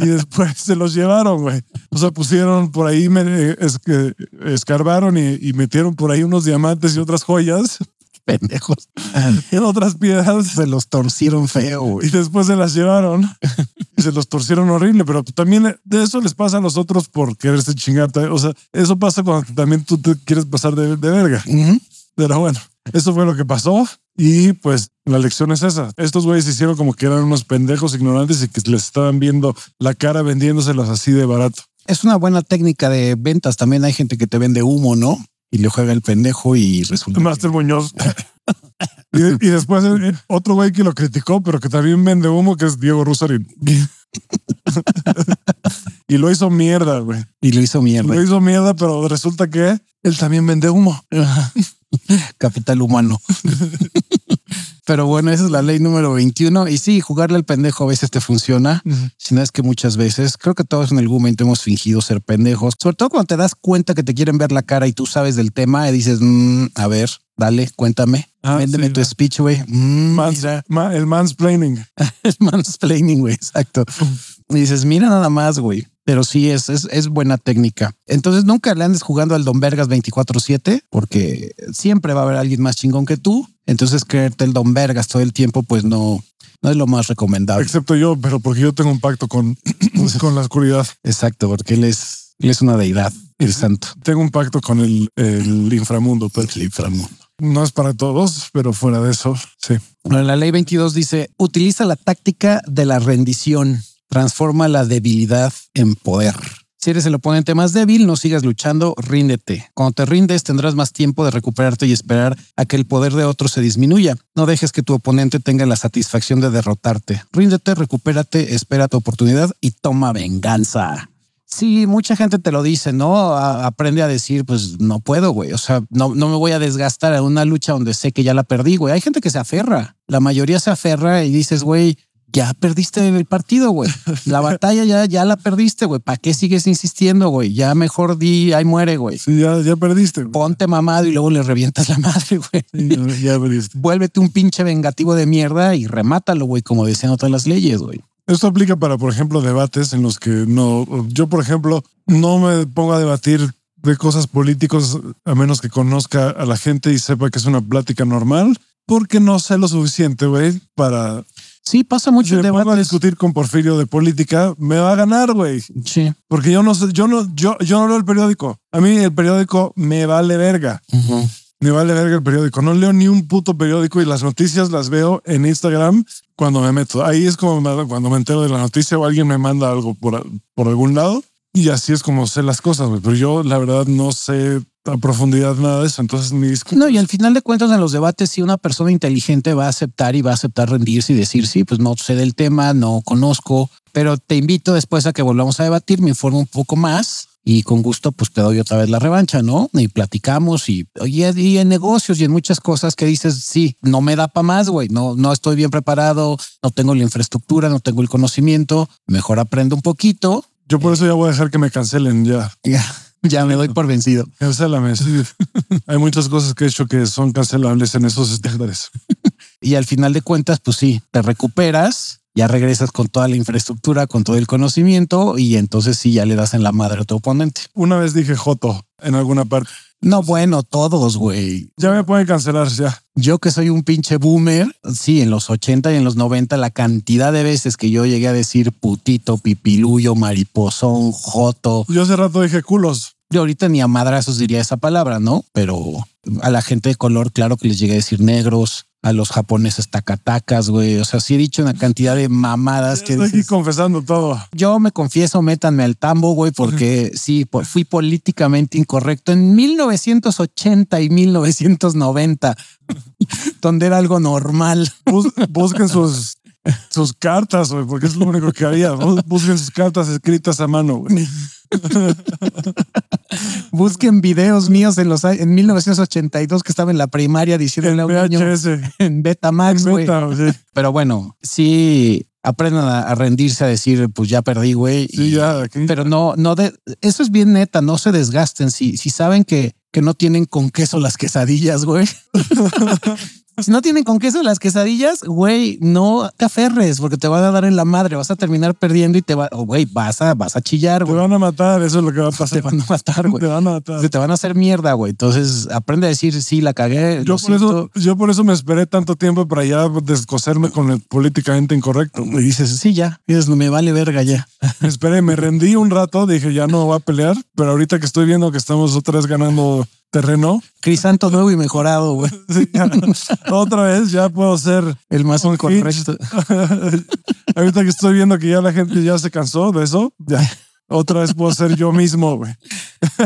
Speaker 1: y después se los llevaron, güey. O sea, pusieron por ahí, me- es que escarbaron y, y metieron por ahí unos diamantes y otras joyas
Speaker 2: Pendejos.
Speaker 1: y otras piedras
Speaker 2: Se los torcieron feo, güey.
Speaker 1: y después se las llevaron y se los torcieron horrible. Pero también de eso les pasa a los otros por quererse chingar. O sea, eso pasa cuando también tú te quieres pasar de- de verga.
Speaker 2: Ujú.
Speaker 1: Pero bueno, eso fue lo que pasó. Y pues la lección es esa. Estos güeyes hicieron como que eran unos pendejos ignorantes y que les estaban viendo la cara vendiéndoselas así de barato.
Speaker 2: Es una buena técnica de ventas. También hay gente que te vende humo, ¿no? Y le juega el pendejo y resulta. que-
Speaker 1: Master Muñoz. y, y después eh, otro güey que lo criticó, pero que también vende humo, que es Diego Rusarín. y lo hizo mierda, güey.
Speaker 2: Y lo hizo
Speaker 1: Lo
Speaker 2: mierda.
Speaker 1: hizo mierda, pero resulta que él también vende humo.
Speaker 2: Capital humano. Pero bueno, esa es la ley número 21. Y sí, jugarle al pendejo a veces te funciona. Si no es que muchas veces, creo que todos en algún momento hemos fingido ser pendejos, sobre todo cuando te das cuenta que te quieren ver la cara y tú sabes del tema y dices, "Mm, a ver, dale, cuéntame,
Speaker 1: Ah,
Speaker 2: véndeme
Speaker 1: sí,
Speaker 2: tu
Speaker 1: va.
Speaker 2: speech, güey. Mm,
Speaker 1: Mans-
Speaker 2: mira,
Speaker 1: ma- el mansplaining.
Speaker 2: el mansplaining, güey, exacto. Y dices, mira nada más, güey. Pero sí, es, es, es buena técnica. Entonces nunca le andes jugando al Don Vergas 24-7 porque siempre va a haber alguien más chingón que tú. Entonces creerte el Don Vergas todo el tiempo, pues no, no es lo más recomendable.
Speaker 1: Excepto yo, pero porque yo tengo un pacto con, con la oscuridad.
Speaker 2: Exacto, porque él es, él es una deidad, el santo.
Speaker 1: Tengo un pacto con el, el inframundo, pero
Speaker 2: El inframundo.
Speaker 1: no es para todos, pero fuera de eso, sí.
Speaker 2: Bueno, la ley 22 dice, utiliza la táctica de la rendición, transforma la debilidad en poder. Si eres el oponente más débil, no sigas luchando, ríndete. Cuando te rindes, tendrás más tiempo de recuperarte y esperar a que el poder de otro se disminuya. No dejes que tu oponente tenga la satisfacción de derrotarte. Ríndete, recupérate, espera tu oportunidad y toma venganza. Sí, mucha gente te lo dice, ¿no? A- aprende a decir, pues no puedo, güey. O sea, no, no me voy a desgastar a una lucha donde sé que ya la perdí, güey. Hay gente que se aferra. La mayoría se aferra y dices, güey, ya perdiste el partido, güey. La batalla ya, ya la perdiste, güey. ¿Para qué sigues insistiendo, güey? Ya mejor di, ahí muere, güey.
Speaker 1: Sí, ya, ya perdiste. güey.
Speaker 2: Ponte mamado y luego le revientas la madre, güey.
Speaker 1: Sí, ya, ya perdiste.
Speaker 2: Vuélvete un pinche vengativo de mierda y remátalo, güey, como decían otras las leyes, güey.
Speaker 1: Esto aplica para, por ejemplo, debates en los que no, yo, por ejemplo, no me pongo a debatir de cosas políticas a menos que conozca a la gente y sepa que es una plática normal, porque no sé lo suficiente, güey, para...
Speaker 2: Sí, pasa
Speaker 1: Si
Speaker 2: mucho
Speaker 1: me
Speaker 2: Pues el
Speaker 1: pongo a
Speaker 2: debate.
Speaker 1: discutir con Porfirio de política, me va a ganar, güey.
Speaker 2: Sí.
Speaker 1: Porque yo no sé, yo no, yo, yo no leo el periódico. A mí el periódico me vale verga. Me vale verga el periódico. No leo ni un puto periódico y las noticias las veo en Instagram cuando me meto. Ahí es como me- cuando me entero de la noticia o alguien me manda algo por, por algún lado. Y así es como sé las cosas, güey. Pero yo la verdad no sé a profundidad nada de eso. Entonces mi discu-
Speaker 2: No, y al final de cuentas en los debates, si una persona inteligente va a aceptar y va a aceptar rendirse y decir, sí, pues no sé del tema, no conozco, pero te invito después a que volvamos a debatir, me informo un poco más y con gusto pues te doy otra vez la revancha, ¿no? Y platicamos y, oye, y en negocios y en muchas cosas que dices, sí, no me da para más, güey, no, no estoy bien preparado, no tengo la infraestructura, no tengo el conocimiento, mejor aprendo un poquito.
Speaker 1: Yo por eso ya voy a dejar que me cancelen ya.
Speaker 2: Ya, ya me doy por vencido.
Speaker 1: Cancélame. sí. Hay muchas cosas que he hecho que son cancelables en esos estándares.
Speaker 2: y al final de cuentas, pues sí, te recuperas, ya regresas con toda la infraestructura, con todo el conocimiento y entonces sí, ya le das en la madre a tu oponente.
Speaker 1: Una vez dije Joto en alguna parte.
Speaker 2: No, bueno, todos, güey.
Speaker 1: Ya me pueden cancelar, ya.
Speaker 2: Yo que soy un pinche boomer, sí, en los 80 y en los 90, la cantidad de veces que yo llegué a decir putito, pipiluyo, mariposón, joto,
Speaker 1: Yo hace rato dije culos.
Speaker 2: yo ahorita ni a madrazos diría esa palabra, ¿no? Pero a la gente de color, claro que les llegué a decir negros, a los japoneses tacatacas, güey. O sea, sí he dicho una cantidad de mamadas que
Speaker 1: Estoy aquí
Speaker 2: dices,
Speaker 1: confesando todo.
Speaker 2: Yo me confieso, métanme al tambo, güey, porque sí, po- fui políticamente incorrecto en 1980 y 1990, donde era algo normal.
Speaker 1: Bus- busquen sus, sus cartas, güey, porque es lo único que había. Bu- Busquen sus cartas escritas a mano, güey.
Speaker 2: Busquen videos míos en los a- en 1982 que estaba en la primaria diciéndole a un niño
Speaker 1: VHS.
Speaker 2: en Betamax, güey.
Speaker 1: Meta, güey.
Speaker 2: Pero bueno, sí aprendan a, a rendirse, a decir, pues ya perdí, güey.
Speaker 1: Sí,
Speaker 2: y-
Speaker 1: ya. aquí.
Speaker 2: Pero no, no, de, eso es bien neta, no se desgasten. Si, si saben que, que no tienen con queso las quesadillas, güey. si no tienen con queso las quesadillas, güey, no te aferres porque te van a dar en la madre, vas a terminar perdiendo y te va, oh, güey, vas a, vas a
Speaker 1: Te
Speaker 2: chillar, güey.
Speaker 1: van a matar, eso es lo que va a pasar.
Speaker 2: Te van a matar, güey.
Speaker 1: Te van a matar.
Speaker 2: Se te van a hacer mierda, güey. Entonces aprende a decir, sí, la cagué.
Speaker 1: Yo
Speaker 2: lo
Speaker 1: por,
Speaker 2: siento.
Speaker 1: eso, yo por eso me esperé tanto tiempo para ya descoserme con el políticamente incorrecto.
Speaker 2: Y dices, sí, ya. Y dices, no me vale verga ya.
Speaker 1: Me esperé, me rendí un rato, dije ya no va a pelear, pero ahorita que estoy viendo que estamos otra vez ganando terreno,
Speaker 2: Crisanto nuevo y mejorado, güey.
Speaker 1: sí, ya, otra vez ya puedo ser
Speaker 2: El más
Speaker 1: Un
Speaker 2: correcto.
Speaker 1: Ahorita que estoy viendo que ya la gente ya se cansó de eso, ya. Otra vez puedo ser yo mismo, güey.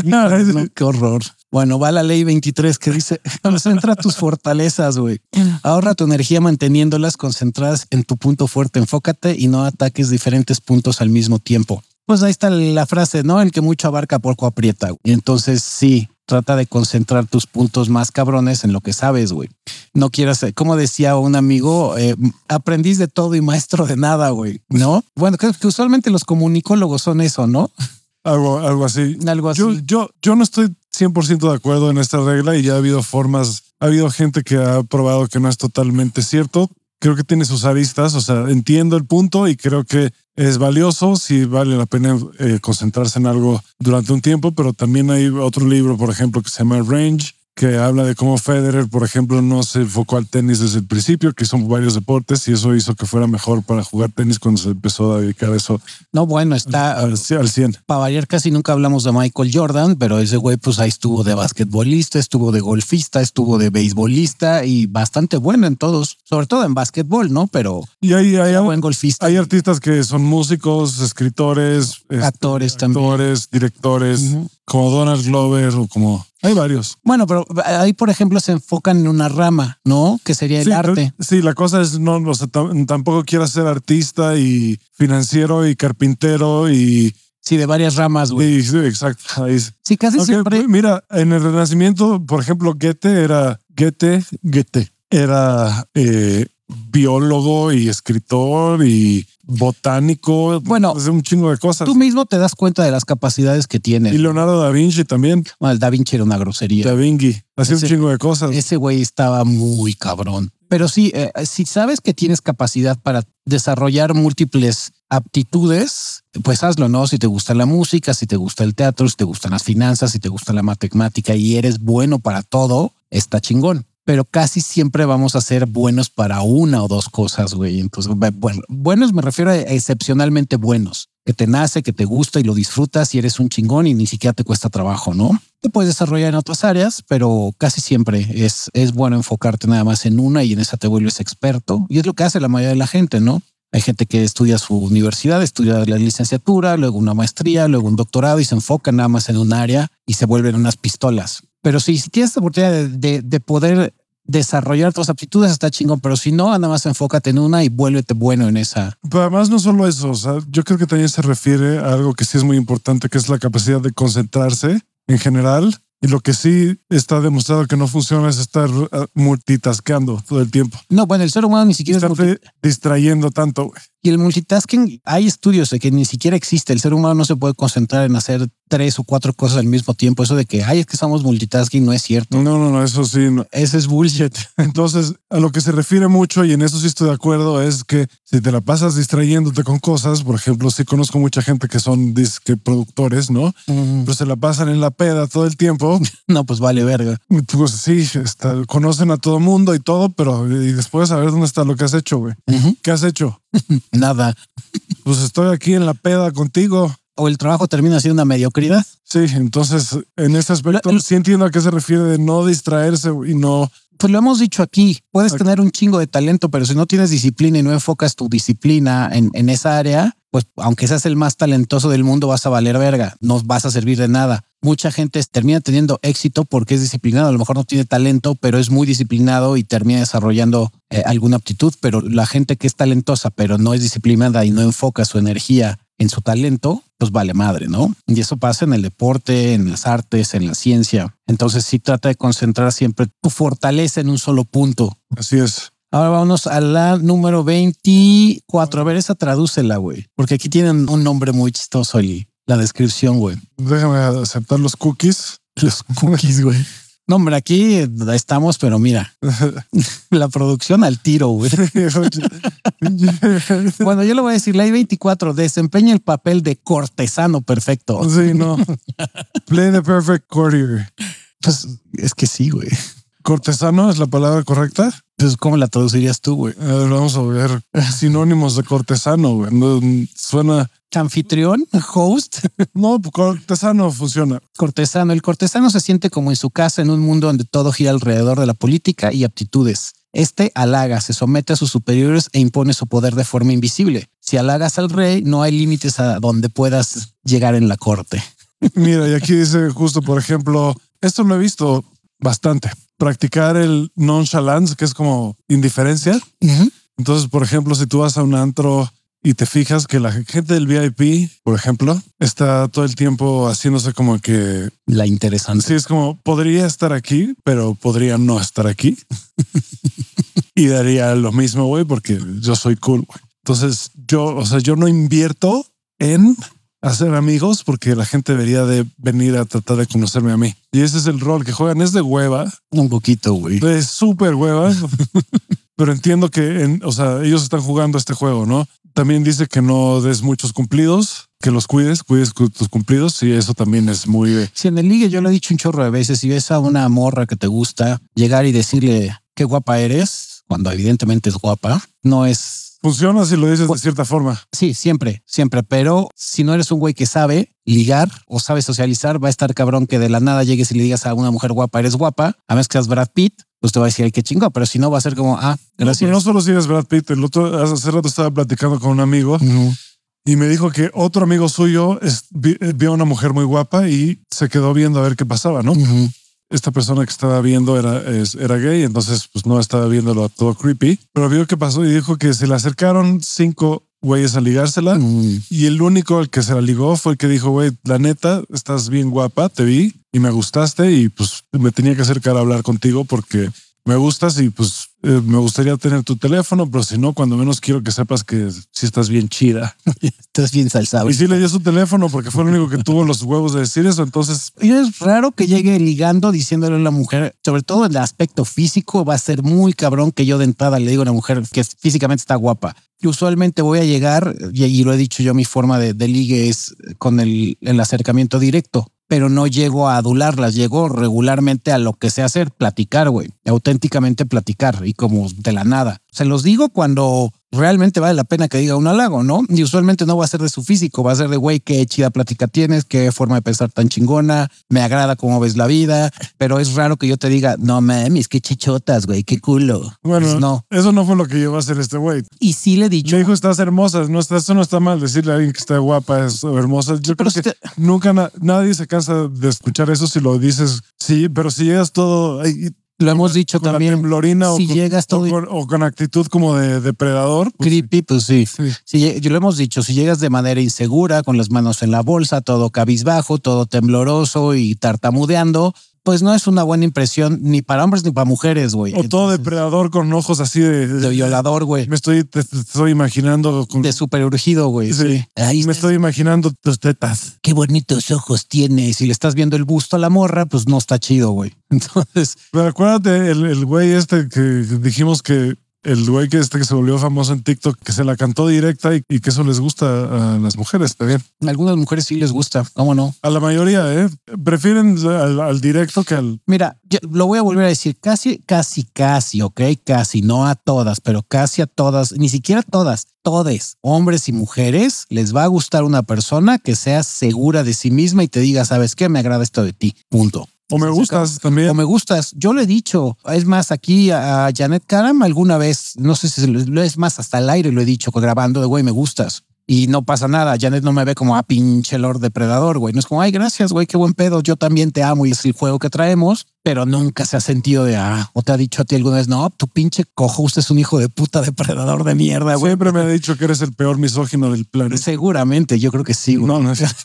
Speaker 2: No, qué horror. Bueno, va la ley 23 que dice, concentra tus fortalezas, güey. Ahorra tu energía manteniéndolas concentradas en tu punto fuerte. Enfócate y no ataques diferentes puntos al mismo tiempo. Pues ahí está la frase, ¿no? El que mucho abarca, poco aprieta. güey. Entonces, sí, trata de concentrar tus puntos más cabrones en lo que sabes, güey. No quieras, eh, como decía un amigo, eh, aprendiz de todo y maestro de nada, güey, ¿no? Bueno, que que usualmente los comunicólogos son eso, ¿no?
Speaker 1: Algo, algo así.
Speaker 2: Algo así.
Speaker 1: Yo, yo, yo no estoy 100% de acuerdo en esta regla y ya ha habido formas, ha habido gente que ha probado que no es totalmente cierto. Creo que tiene sus aristas, o sea, entiendo el punto y creo que es valioso si vale la pena eh, concentrarse en algo durante un tiempo, pero también hay otro libro, por ejemplo, que se llama Range, que habla de cómo Federer, por ejemplo, no se enfocó al tenis desde el principio, que hizo varios deportes y eso hizo que fuera mejor para jugar tenis cuando se empezó a dedicar eso
Speaker 2: no, bueno, está...
Speaker 1: al, al 100.
Speaker 2: Para variar, casi nunca hablamos de Michael Jordan, pero ese güey, pues ahí estuvo de basquetbolista, estuvo de golfista, estuvo de beisbolista y bastante bueno en todos, sobre todo en basquetbol, ¿no? Pero
Speaker 1: Y ahí hay,
Speaker 2: buen golfista,
Speaker 1: Hay artistas que son músicos, escritores, este,
Speaker 2: actores Ah, también.
Speaker 1: actores, directores,
Speaker 2: Ujú.
Speaker 1: como Donald Glover o como... Hay varios.
Speaker 2: Bueno, pero eh, ahí, por ejemplo, se enfocan en una rama, ¿no? Que sería el
Speaker 1: sí,
Speaker 2: arte.
Speaker 1: pero- sí, la cosa es, no, o sea, tam- tampoco quieras ser artista y financiero y carpintero y...
Speaker 2: Sí, de varias ramas, güey.
Speaker 1: y- sí, exacto. ahí es.
Speaker 2: Sí, casi
Speaker 1: Aunque,
Speaker 2: siempre.
Speaker 1: Mira, en el Renacimiento, por ejemplo, Goethe era... Goethe, Goethe era eh, biólogo y escritor y botánico.
Speaker 2: Bueno,
Speaker 1: hace un chingo de cosas.
Speaker 2: Tú mismo te das cuenta de las capacidades que tiene.
Speaker 1: Y Leonardo da Vinci también.
Speaker 2: Bueno, el Da Vinci era una grosería.
Speaker 1: Da Vinci hacía un
Speaker 2: Ese-
Speaker 1: chingo de cosas.
Speaker 2: Ese güey estaba muy cabrón. Pero sí, eh, si sabes que tienes capacidad para desarrollar múltiples aptitudes, pues hazlo, ¿no? Si te gusta la música, si te gusta el teatro, si te gustan las finanzas, si te gusta la matemática y eres bueno para todo, está chingón. Pero casi siempre vamos a ser buenos para una o dos cosas, güey. Entonces, bu- bueno, buenos me refiero a excepcionalmente buenos, que te nace, que te gusta y lo disfrutas y eres un chingón y ni siquiera te cuesta trabajo, ¿no? te puedes desarrollar en otras áreas, pero casi siempre es, es bueno enfocarte nada más en una y en esa te vuelves experto. Y es lo que hace la mayoría de la gente, ¿no? Hay gente que estudia su universidad, estudia la licenciatura, luego una maestría, luego un doctorado y se enfoca nada más en un área y se vuelven unas pistolas. Pero si, si tienes la oportunidad de, de- de poder desarrollar tus aptitudes, está chingón, pero si no, nada más enfócate en una y vuélvete bueno en esa.
Speaker 1: Pero además no solo eso, o sea, yo creo que también se refiere a algo que sí es muy importante, que es la capacidad de concentrarse en general. Y lo que sí está demostrado que no funciona es estar eh, multitascando todo el tiempo.
Speaker 2: No, bueno, el ser humano ni siquiera es
Speaker 1: Estarte
Speaker 2: multi-
Speaker 1: distrayendo tanto. güey.
Speaker 2: Y el multitasking, hay estudios de que ni siquiera existe. El ser humano no se puede concentrar en hacer tres o cuatro cosas al mismo tiempo. Eso de que, ay, es que somos multitasking, no es cierto.
Speaker 1: No, no, no, eso sí. no.
Speaker 2: Ese es bullshit.
Speaker 1: Entonces, a lo que se refiere mucho, y en eso sí estoy de acuerdo, es que si te la pasas distrayéndote con cosas, por ejemplo, sí conozco mucha gente que son disque productores, ¿no?
Speaker 2: Mm.
Speaker 1: Pero se la pasan en la peda todo el tiempo.
Speaker 2: No, pues vale verga.
Speaker 1: Pues sí, está- conocen a todo mundo y todo, pero y después a ver dónde está lo que has hecho, güey.
Speaker 2: Ujú.
Speaker 1: ¿Qué has hecho?
Speaker 2: Nada.
Speaker 1: Pues estoy aquí en la peda contigo.
Speaker 2: O el trabajo termina siendo una mediocridad.
Speaker 1: Sí, entonces en ese aspecto
Speaker 2: La- el-
Speaker 1: sí entiendo a qué se refiere de no distraerse y no.
Speaker 2: Pues lo hemos dicho aquí, puedes
Speaker 1: Ok.
Speaker 2: tener un chingo de talento, pero si no tienes disciplina y no enfocas tu disciplina en, en esa área, pues aunque seas el más talentoso del mundo, vas a valer verga, no vas a servir de nada. Mucha gente termina teniendo éxito porque es disciplinado, a lo mejor no tiene talento, pero es muy disciplinado y termina desarrollando eh, alguna aptitud, pero la gente que es talentosa, pero no es disciplinada y no enfoca su energía en su talento, pues vale madre, ¿no? Y eso pasa en el deporte, en las artes, en la ciencia. Entonces sí trata de concentrar siempre tu fortaleza en un solo punto.
Speaker 1: Así es.
Speaker 2: Ahora vámonos a la número 24. A ver, esa tradúcela, güey. Porque aquí tienen un nombre muy chistoso y la descripción, güey.
Speaker 1: Déjame aceptar los cookies.
Speaker 2: Los cookies, güey. No, hombre, aquí estamos, pero mira, la producción al tiro, güey.
Speaker 1: sí,
Speaker 2: Bueno, yo le voy a decir, la I-24 desempeña el papel de cortesano perfecto.
Speaker 1: no. Play the perfect courtier.
Speaker 2: Pues es que sí, güey.
Speaker 1: ¿Cortesano es la palabra correcta?
Speaker 2: Pues, ¿cómo la traducirías tú, güey?
Speaker 1: A ver, vamos a ver sinónimos de cortesano. güey. No, suena
Speaker 2: Anfitrión, host,
Speaker 1: No, cortesano funciona.
Speaker 2: cortesano. El cortesano se siente como en su casa en un mundo donde todo gira alrededor de la política y aptitudes. Este halaga, se somete a sus superiores e impone su poder de forma invisible. Si halagas al rey, no hay límites a donde puedas llegar en la corte.
Speaker 1: Mira, y aquí dice justo, por ejemplo, esto lo he visto bastante. Practicar el nonchalance, que es como indiferencia. Entonces, por ejemplo, si tú vas a un antro y te fijas que la gente del VIP, por ejemplo, está todo el tiempo haciéndose como que
Speaker 2: La interesante.
Speaker 1: sí es como podría estar aquí, pero podría no estar aquí y daría lo mismo, güey, porque yo soy cool. güey. Entonces, yo, o sea, yo no invierto en hacer amigos porque la gente debería de venir a tratar de conocerme a mí. Y ese es el rol que juegan. Es de hueva,
Speaker 2: Un poquito, güey.
Speaker 1: de súper hueva, pero entiendo que, en, o sea, ellos están jugando este juego, ¿no? También dice que no des muchos cumplidos, que los cuides, cuides cu- tus cumplidos y eso también es muy... eh,
Speaker 2: Si en el ligue yo lo he dicho un chorro de veces, si ves a una morra que te gusta, llegar y decirle qué guapa eres, cuando evidentemente es guapa, no es...
Speaker 1: Funciona si lo dices de
Speaker 2: Pues-
Speaker 1: cierta forma.
Speaker 2: Sí, siempre, siempre, pero si no eres un güey que sabe ligar o sabe socializar, va a estar cabrón que de la nada llegues y le digas a una mujer guapa, eres guapa, a menos que seas Brad Pitt, pues te va a decir, ay, qué chingo, pero si no va a ser como, ah, gracias.
Speaker 1: Pero no solo si eres Brad Pitt, el otro hace rato estaba platicando con un amigo
Speaker 2: Ujú.
Speaker 1: y me dijo que otro amigo suyo es- vi- eh, vio a una mujer muy guapa y se quedó viendo a ver qué pasaba, ¿no?
Speaker 2: Ujú.
Speaker 1: Esta persona que estaba viendo era, es- era gay, entonces pues no estaba viéndolo a todo creepy, pero vio qué pasó y dijo que se le acercaron cinco güeyes a ligársela
Speaker 2: Ujú.
Speaker 1: y el único al que se la ligó fue el que dijo, güey, la neta, estás bien guapa, te vi y me gustaste y pues me tenía que acercar a hablar contigo porque me gustas y pues eh, me gustaría tener tu teléfono, pero si no, cuando menos quiero que sepas que sí estás bien chida.
Speaker 2: Estás bien salsado.
Speaker 1: Y sí le dio su teléfono porque fue el único que tuvo los huevos de decir eso. Entonces,
Speaker 2: Y es raro que llegue ligando diciéndole a la mujer, sobre todo en el aspecto físico, va a ser muy cabrón que yo de entrada le digo a una mujer que físicamente está guapa. Y usualmente voy a llegar, y, y lo he dicho yo, mi forma de, de ligue es con el, el acercamiento directo, pero no llego a adularlas, llego regularmente a lo que sé hacer, platicar, güey, auténticamente platicar y como de la nada. Se los digo cuando realmente vale la pena que diga un halago, ¿no? Y usualmente no va a ser de su físico, va a ser de, güey, qué chida plática tienes, qué forma de pensar tan chingona, me agrada cómo ves la vida, pero es raro que yo te diga, no mames, qué chichotas, güey, qué culo.
Speaker 1: bueno,
Speaker 2: Pues no.
Speaker 1: eso no fue lo que llevó a hacer este güey.
Speaker 2: Y sí le he dicho,
Speaker 1: Le dijo, estás hermosa. No está, eso no está mal decirle a alguien que está guapa es- o hermosa. Yo creo
Speaker 2: Pero si
Speaker 1: que
Speaker 2: te-
Speaker 1: nunca na- nadie se cansa de escuchar eso si lo dices. Sí, pero si llegas todo ay,
Speaker 2: lo hemos dicho
Speaker 1: con la
Speaker 2: también,
Speaker 1: temblorina
Speaker 2: si
Speaker 1: o, con,
Speaker 2: llegas
Speaker 1: o
Speaker 2: todo
Speaker 1: con- o con actitud como de depredador. pues,
Speaker 2: creepy, pues sí.
Speaker 1: sí.
Speaker 2: Si lle- yo lo hemos dicho, si llegas de manera insegura, con las manos en la bolsa, todo cabizbajo, todo tembloroso y tartamudeando, pues no es una buena impresión ni para hombres ni para mujeres, güey.
Speaker 1: O todo
Speaker 2: Entonces,
Speaker 1: depredador con ojos así de...
Speaker 2: de violador, güey.
Speaker 1: Me estoy, te- te estoy imaginando... con-
Speaker 2: De súper urgido, güey.
Speaker 1: Sí.
Speaker 2: Ahí
Speaker 1: me
Speaker 2: estás,
Speaker 1: estoy imaginando tus tetas.
Speaker 2: Qué bonitos ojos tiene. Si le estás viendo el busto a la morra, pues no está chido, güey. Entonces,
Speaker 1: Pero acuérdate, el, el güey este que dijimos que... El güey que este que se volvió famoso en TikTok, que se la cantó directa y, y que eso les gusta a las mujeres también.
Speaker 2: a algunas mujeres sí les gusta, ¿cómo no?
Speaker 1: A la mayoría, ¿eh? Prefieren al, al directo que al...
Speaker 2: Mira, yo lo voy a volver a decir casi, casi, casi, ok, casi, no a todas, pero casi a todas, ni siquiera todas, todes, hombres y mujeres, les va a gustar una persona que sea segura de sí misma y te diga, sabes qué, me agrada esto de ti, punto.
Speaker 1: O me
Speaker 2: Sí, sí,
Speaker 1: gustas también.
Speaker 2: O me gustas, yo lo he dicho, es más, aquí a a Janet Karam alguna vez, no sé si se lo- lo es más, hasta el aire lo he dicho, grabando de, güey, me gustas. Y no pasa nada, Janet no me ve como, ah, pinche lord depredador, güey. No es como, ay, gracias, güey, qué buen pedo, yo también te amo y es el juego que traemos, pero nunca se ha sentido de, ah, o te ha dicho a ti alguna vez, no, tu pinche cojo, usted es un hijo de puta depredador de mierda, güey.
Speaker 1: Siempre me ha dicho que eres el peor misógino del planeta.
Speaker 2: Seguramente, yo creo que sí, güey.
Speaker 1: No, no es cierto.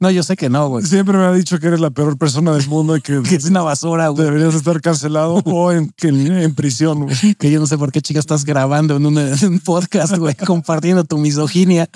Speaker 2: No, yo sé que no, güey.
Speaker 1: Siempre me ha dicho que eres la peor persona del mundo y que
Speaker 2: Que es una basura, güey.
Speaker 1: deberías estar cancelado o en, que- en prisión. güey.
Speaker 2: Que yo no sé por qué, chica, estás grabando en un, en un podcast, güey, compartiendo tu misoginia.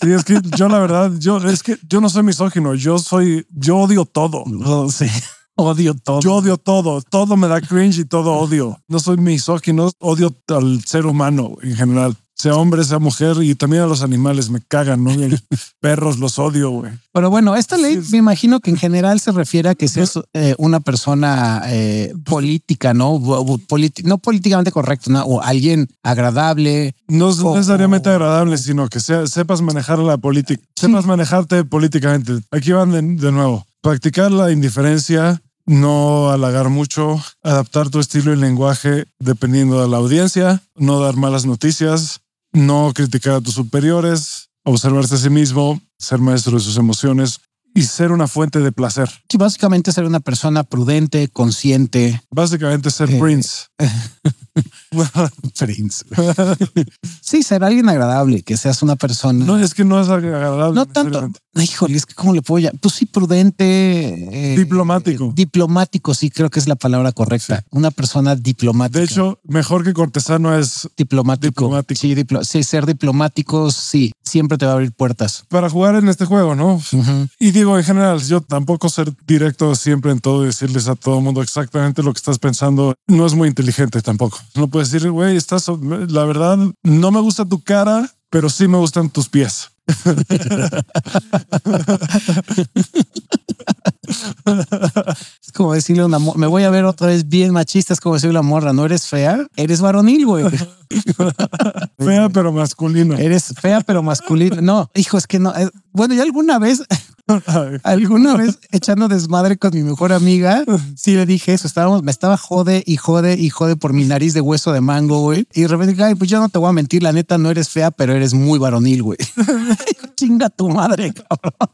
Speaker 1: Sí, es que yo la verdad, yo es que yo no soy misógino, yo soy, yo odio todo.
Speaker 2: No sé, odio todo.
Speaker 1: Yo odio todo, todo me da cringe y todo odio. No soy misógino, odio al ser humano en general, sea hombre, sea mujer y también a los animales me cagan, ¿no? Y Perros los odio, güey.
Speaker 2: Pero bueno, esta ley
Speaker 1: Sí, sí.
Speaker 2: me imagino que en general se refiere a que seas eh, una persona eh, política, ¿no? Bu- bu- politi- no políticamente correcto, ¿no? o alguien agradable.
Speaker 1: No es
Speaker 2: Oh.
Speaker 1: necesariamente agradable, sino que sea- sepas manejar la política, sepas manejarte políticamente. Aquí van de, de nuevo. Practicar la indiferencia, no halagar mucho, adaptar tu estilo y lenguaje dependiendo de la audiencia, no dar malas noticias, no criticar a tus superiores, observarse a sí mismo, ser maestro de sus emociones y ser una fuente de placer.
Speaker 2: Sí, básicamente ser una persona prudente, consciente.
Speaker 1: Básicamente ser
Speaker 2: Eh.
Speaker 1: Prince.
Speaker 2: Prince. sí, ser alguien agradable, que seas una persona.
Speaker 1: No,
Speaker 2: No,
Speaker 1: es que no es agradable.
Speaker 2: tanto.
Speaker 1: necesariamente.
Speaker 2: Ay, Híjole, es que cómo le puedo llamar. Pues sí, prudente. eh,
Speaker 1: Diplomático.
Speaker 2: diplomático, sí, creo que es la palabra correcta. Una persona diplomática.
Speaker 1: De hecho, mejor que cortesano es
Speaker 2: diplomático.
Speaker 1: Diplomático.
Speaker 2: Sí, diplo- sí, ser diplomático, sí, siempre te va a abrir puertas.
Speaker 1: para jugar en este juego, ¿no? Y digo, en general, yo tampoco ser directo siempre en todo y decirles a todo el mundo exactamente lo que estás pensando no es muy inteligente tampoco. No puedes decir, güey, estás, la verdad, no me gusta tu cara, pero sí me gustan tus pies.
Speaker 2: Es como decirle a una morra, me voy a ver otra vez bien machista, es como decirle a una morra, no eres fea, eres varonil, güey.
Speaker 1: Fea, pero masculino.
Speaker 2: Eres fea, pero masculina. No, hijo, es que no. eh, Bueno, yo alguna vez, alguna vez echando desmadre con mi mejor amiga, sí le dije eso. Estábamos, me estaba jode y jode y jode por mi nariz de hueso de mango, güey. Y de repente, dije, ay, pues yo no te voy a mentir, la neta no eres fea, pero eres muy varonil, güey. Chinga tu madre, cabrón.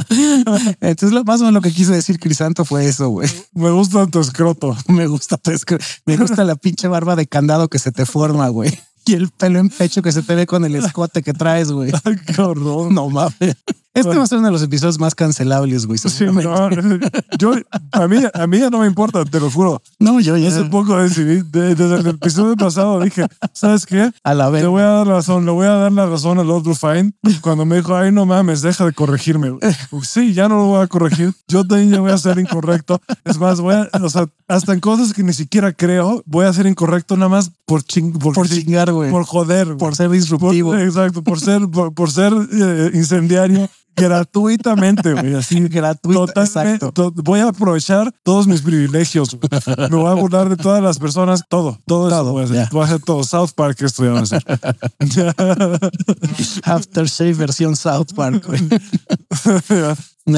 Speaker 2: Entonces, lo más o menos lo que quiso decir Crisanto fue eso, güey.
Speaker 1: Me gusta tu escroto.
Speaker 2: Me gusta, tu escro- me gusta la pinche barba de candado que se te forma, güey. Y el pelo en pecho que se te ve con el escote que traes, güey.
Speaker 1: Ay, qué horror.
Speaker 2: No mames. Este va a ser uno de los episodios más cancelables, güey.
Speaker 1: Sí,
Speaker 2: seguramente.
Speaker 1: no, yo, a mí, a mí ya no me importa, te lo juro.
Speaker 2: no, yo ya.
Speaker 1: Hace poco decidí, de- desde el episodio pasado dije, ¿sabes qué?
Speaker 2: A la
Speaker 1: Le
Speaker 2: vez.
Speaker 1: voy a dar la razón, le voy a dar la razón a Lord Fine cuando me dijo, ay, no mames, deja de corregirme. güey". Pues sí, ya no lo voy a corregir. Yo también ya voy a ser incorrecto. Es más, voy a, o sea, hasta en cosas que ni siquiera creo, voy a ser incorrecto nada más por ching, por,
Speaker 2: Por
Speaker 1: ching-
Speaker 2: chingar, güey.
Speaker 1: por joder, güey.
Speaker 2: Por ser
Speaker 1: Por-
Speaker 2: disruptivo.
Speaker 1: exacto, por ser, por, por ser eh, incendiario gratuitamente, güey, así.
Speaker 2: gratuito.
Speaker 1: Totalmente,
Speaker 2: Exacto.
Speaker 1: to- voy a aprovechar todos mis privilegios. güey. Me voy a burlar de todas las personas, todo, todo, eso
Speaker 2: Todo,
Speaker 1: voy a hacer.
Speaker 2: ya.
Speaker 1: Voy a hacer todo. South Park esto ya voy a hacer.
Speaker 2: Aftershave versión South Park, güey.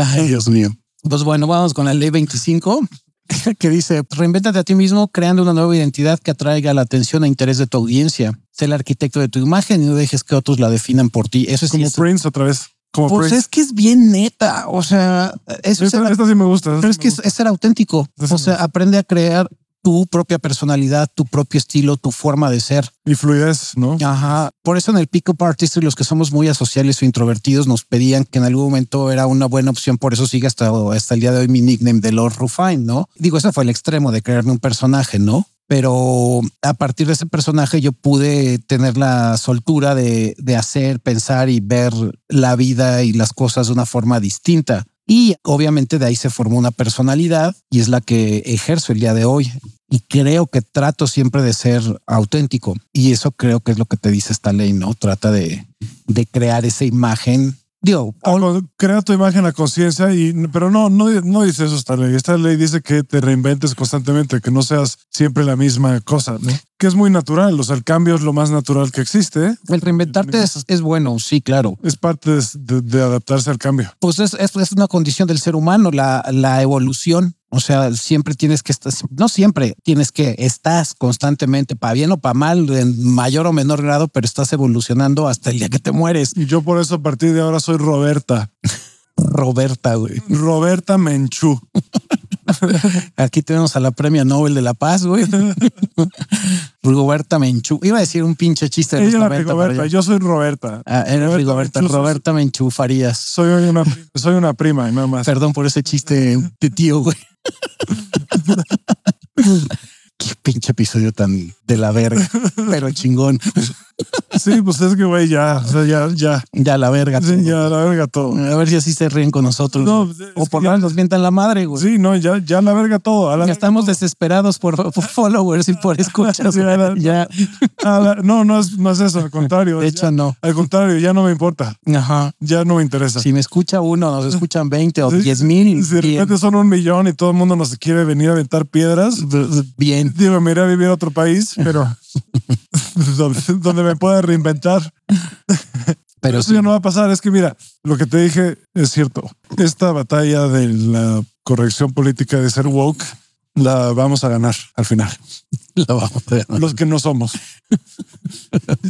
Speaker 2: Ay, Dios mío. Pues bueno, vamos con la ley 25, que dice, reinvéntate a ti mismo creando una nueva identidad que atraiga la atención e interés de tu audiencia. Sé el arquitecto de tu imagen y no dejes que otros la definan por ti. Eso es
Speaker 1: Como Prince otra vez. Como
Speaker 2: Pues
Speaker 1: Prince.
Speaker 2: es que es bien neta. O sea, eso es
Speaker 1: esta,
Speaker 2: ser-
Speaker 1: esta sí me gusta. esta
Speaker 2: pero es
Speaker 1: sí
Speaker 2: que
Speaker 1: me
Speaker 2: es, es ser auténtico.
Speaker 1: Eso
Speaker 2: O
Speaker 1: sí
Speaker 2: sea, aprende a crear tu propia personalidad, tu propio estilo, tu forma de ser.
Speaker 1: gusta. Y fluidez, ¿no?
Speaker 2: Ajá. Por eso en el Pico Artist, los que somos muy asociales o introvertidos nos pedían que en algún momento era una buena opción. Por eso sigue hasta, hasta el día de hoy mi nickname de Lord Rufine, ¿no? Digo, eso fue el extremo de crearme un personaje, ¿no? Pero a partir de ese personaje yo pude tener la soltura de, de hacer, pensar y ver la vida y las cosas de una forma distinta. Y obviamente de ahí se formó una personalidad y es la que ejerzo el día de hoy y creo que trato siempre de ser auténtico. Y eso creo que es lo que te dice esta ley, ¿no? Trata de, de crear esa imagen. Digo,
Speaker 1: Ah, con- Crea tu imagen a conciencia, y pero no, no, no dice eso esta ley. Esta ley dice que te reinventes constantemente, que no seas siempre la misma cosa, ¿no? Que es muy natural, o sea, el cambio es lo más natural que existe,
Speaker 2: el reinventarte es, es bueno, sí, claro.
Speaker 1: es parte de, de- de adaptarse al cambio.
Speaker 2: Pues es, es, es una condición del ser humano, la, la evolución. O sea, siempre tienes que estar, no siempre tienes que, estás constantemente, para bien o para mal, en mayor o menor grado, pero estás evolucionando hasta el día que te mueres.
Speaker 1: Y yo por eso a partir de ahora soy Roberta,
Speaker 2: Roberta, güey.
Speaker 1: Roberta Menchú.
Speaker 2: Aquí tenemos a la Premio Nobel de la Paz, güey. Rigoberta Menchú. Iba a decir un pinche chiste de los
Speaker 1: Ella era
Speaker 2: 90, pero
Speaker 1: Rigoberta,
Speaker 2: ya-
Speaker 1: yo soy Roberta.
Speaker 2: Ah, era Rigoberta,
Speaker 1: Menchú.
Speaker 2: Roberta Menchú Farías.
Speaker 1: Soy una, soy una prima y nada más.
Speaker 2: Perdón por ese chiste de tío, güey. Qué pinche episodio tan de la verga, pero chingón.
Speaker 1: Sí, pues es que, güey, ya, o sea, ya, ya.
Speaker 2: Ya la verga.
Speaker 1: Sí, ya, la verga todo.
Speaker 2: A ver si así se ríen con nosotros.
Speaker 1: No,
Speaker 2: güey.
Speaker 1: es
Speaker 2: o
Speaker 1: que
Speaker 2: por
Speaker 1: ya-
Speaker 2: lo menos nos mientan la madre, güey.
Speaker 1: Sí, no, ya, ya la verga todo. A la,
Speaker 2: Ya Estamos desesperados por, por followers y por escuchas.
Speaker 1: Sí,
Speaker 2: güey.
Speaker 1: era-
Speaker 2: ya,
Speaker 1: a la- no, no es, no es eso, al contrario.
Speaker 2: de hecho,
Speaker 1: ya-
Speaker 2: no.
Speaker 1: al contrario, ya no me importa,
Speaker 2: Ajá.
Speaker 1: ya no me interesa.
Speaker 2: Si me escucha uno, nos escuchan 20 o
Speaker 1: Sí,
Speaker 2: 10 mil.
Speaker 1: si de
Speaker 2: Bien,
Speaker 1: repente son un millón y todo el mundo nos quiere venir a aventar piedras,
Speaker 2: bien.
Speaker 1: digo, me iré a vivir a otro país, pero donde, donde me pueda reinventar.
Speaker 2: Pero
Speaker 1: Eso
Speaker 2: Pues sí,
Speaker 1: ya no va a pasar. Es que mira, lo que te dije es cierto. Esta batalla de la corrección política de ser woke la vamos a ganar al final.
Speaker 2: la vamos a ganar.
Speaker 1: Los que no somos.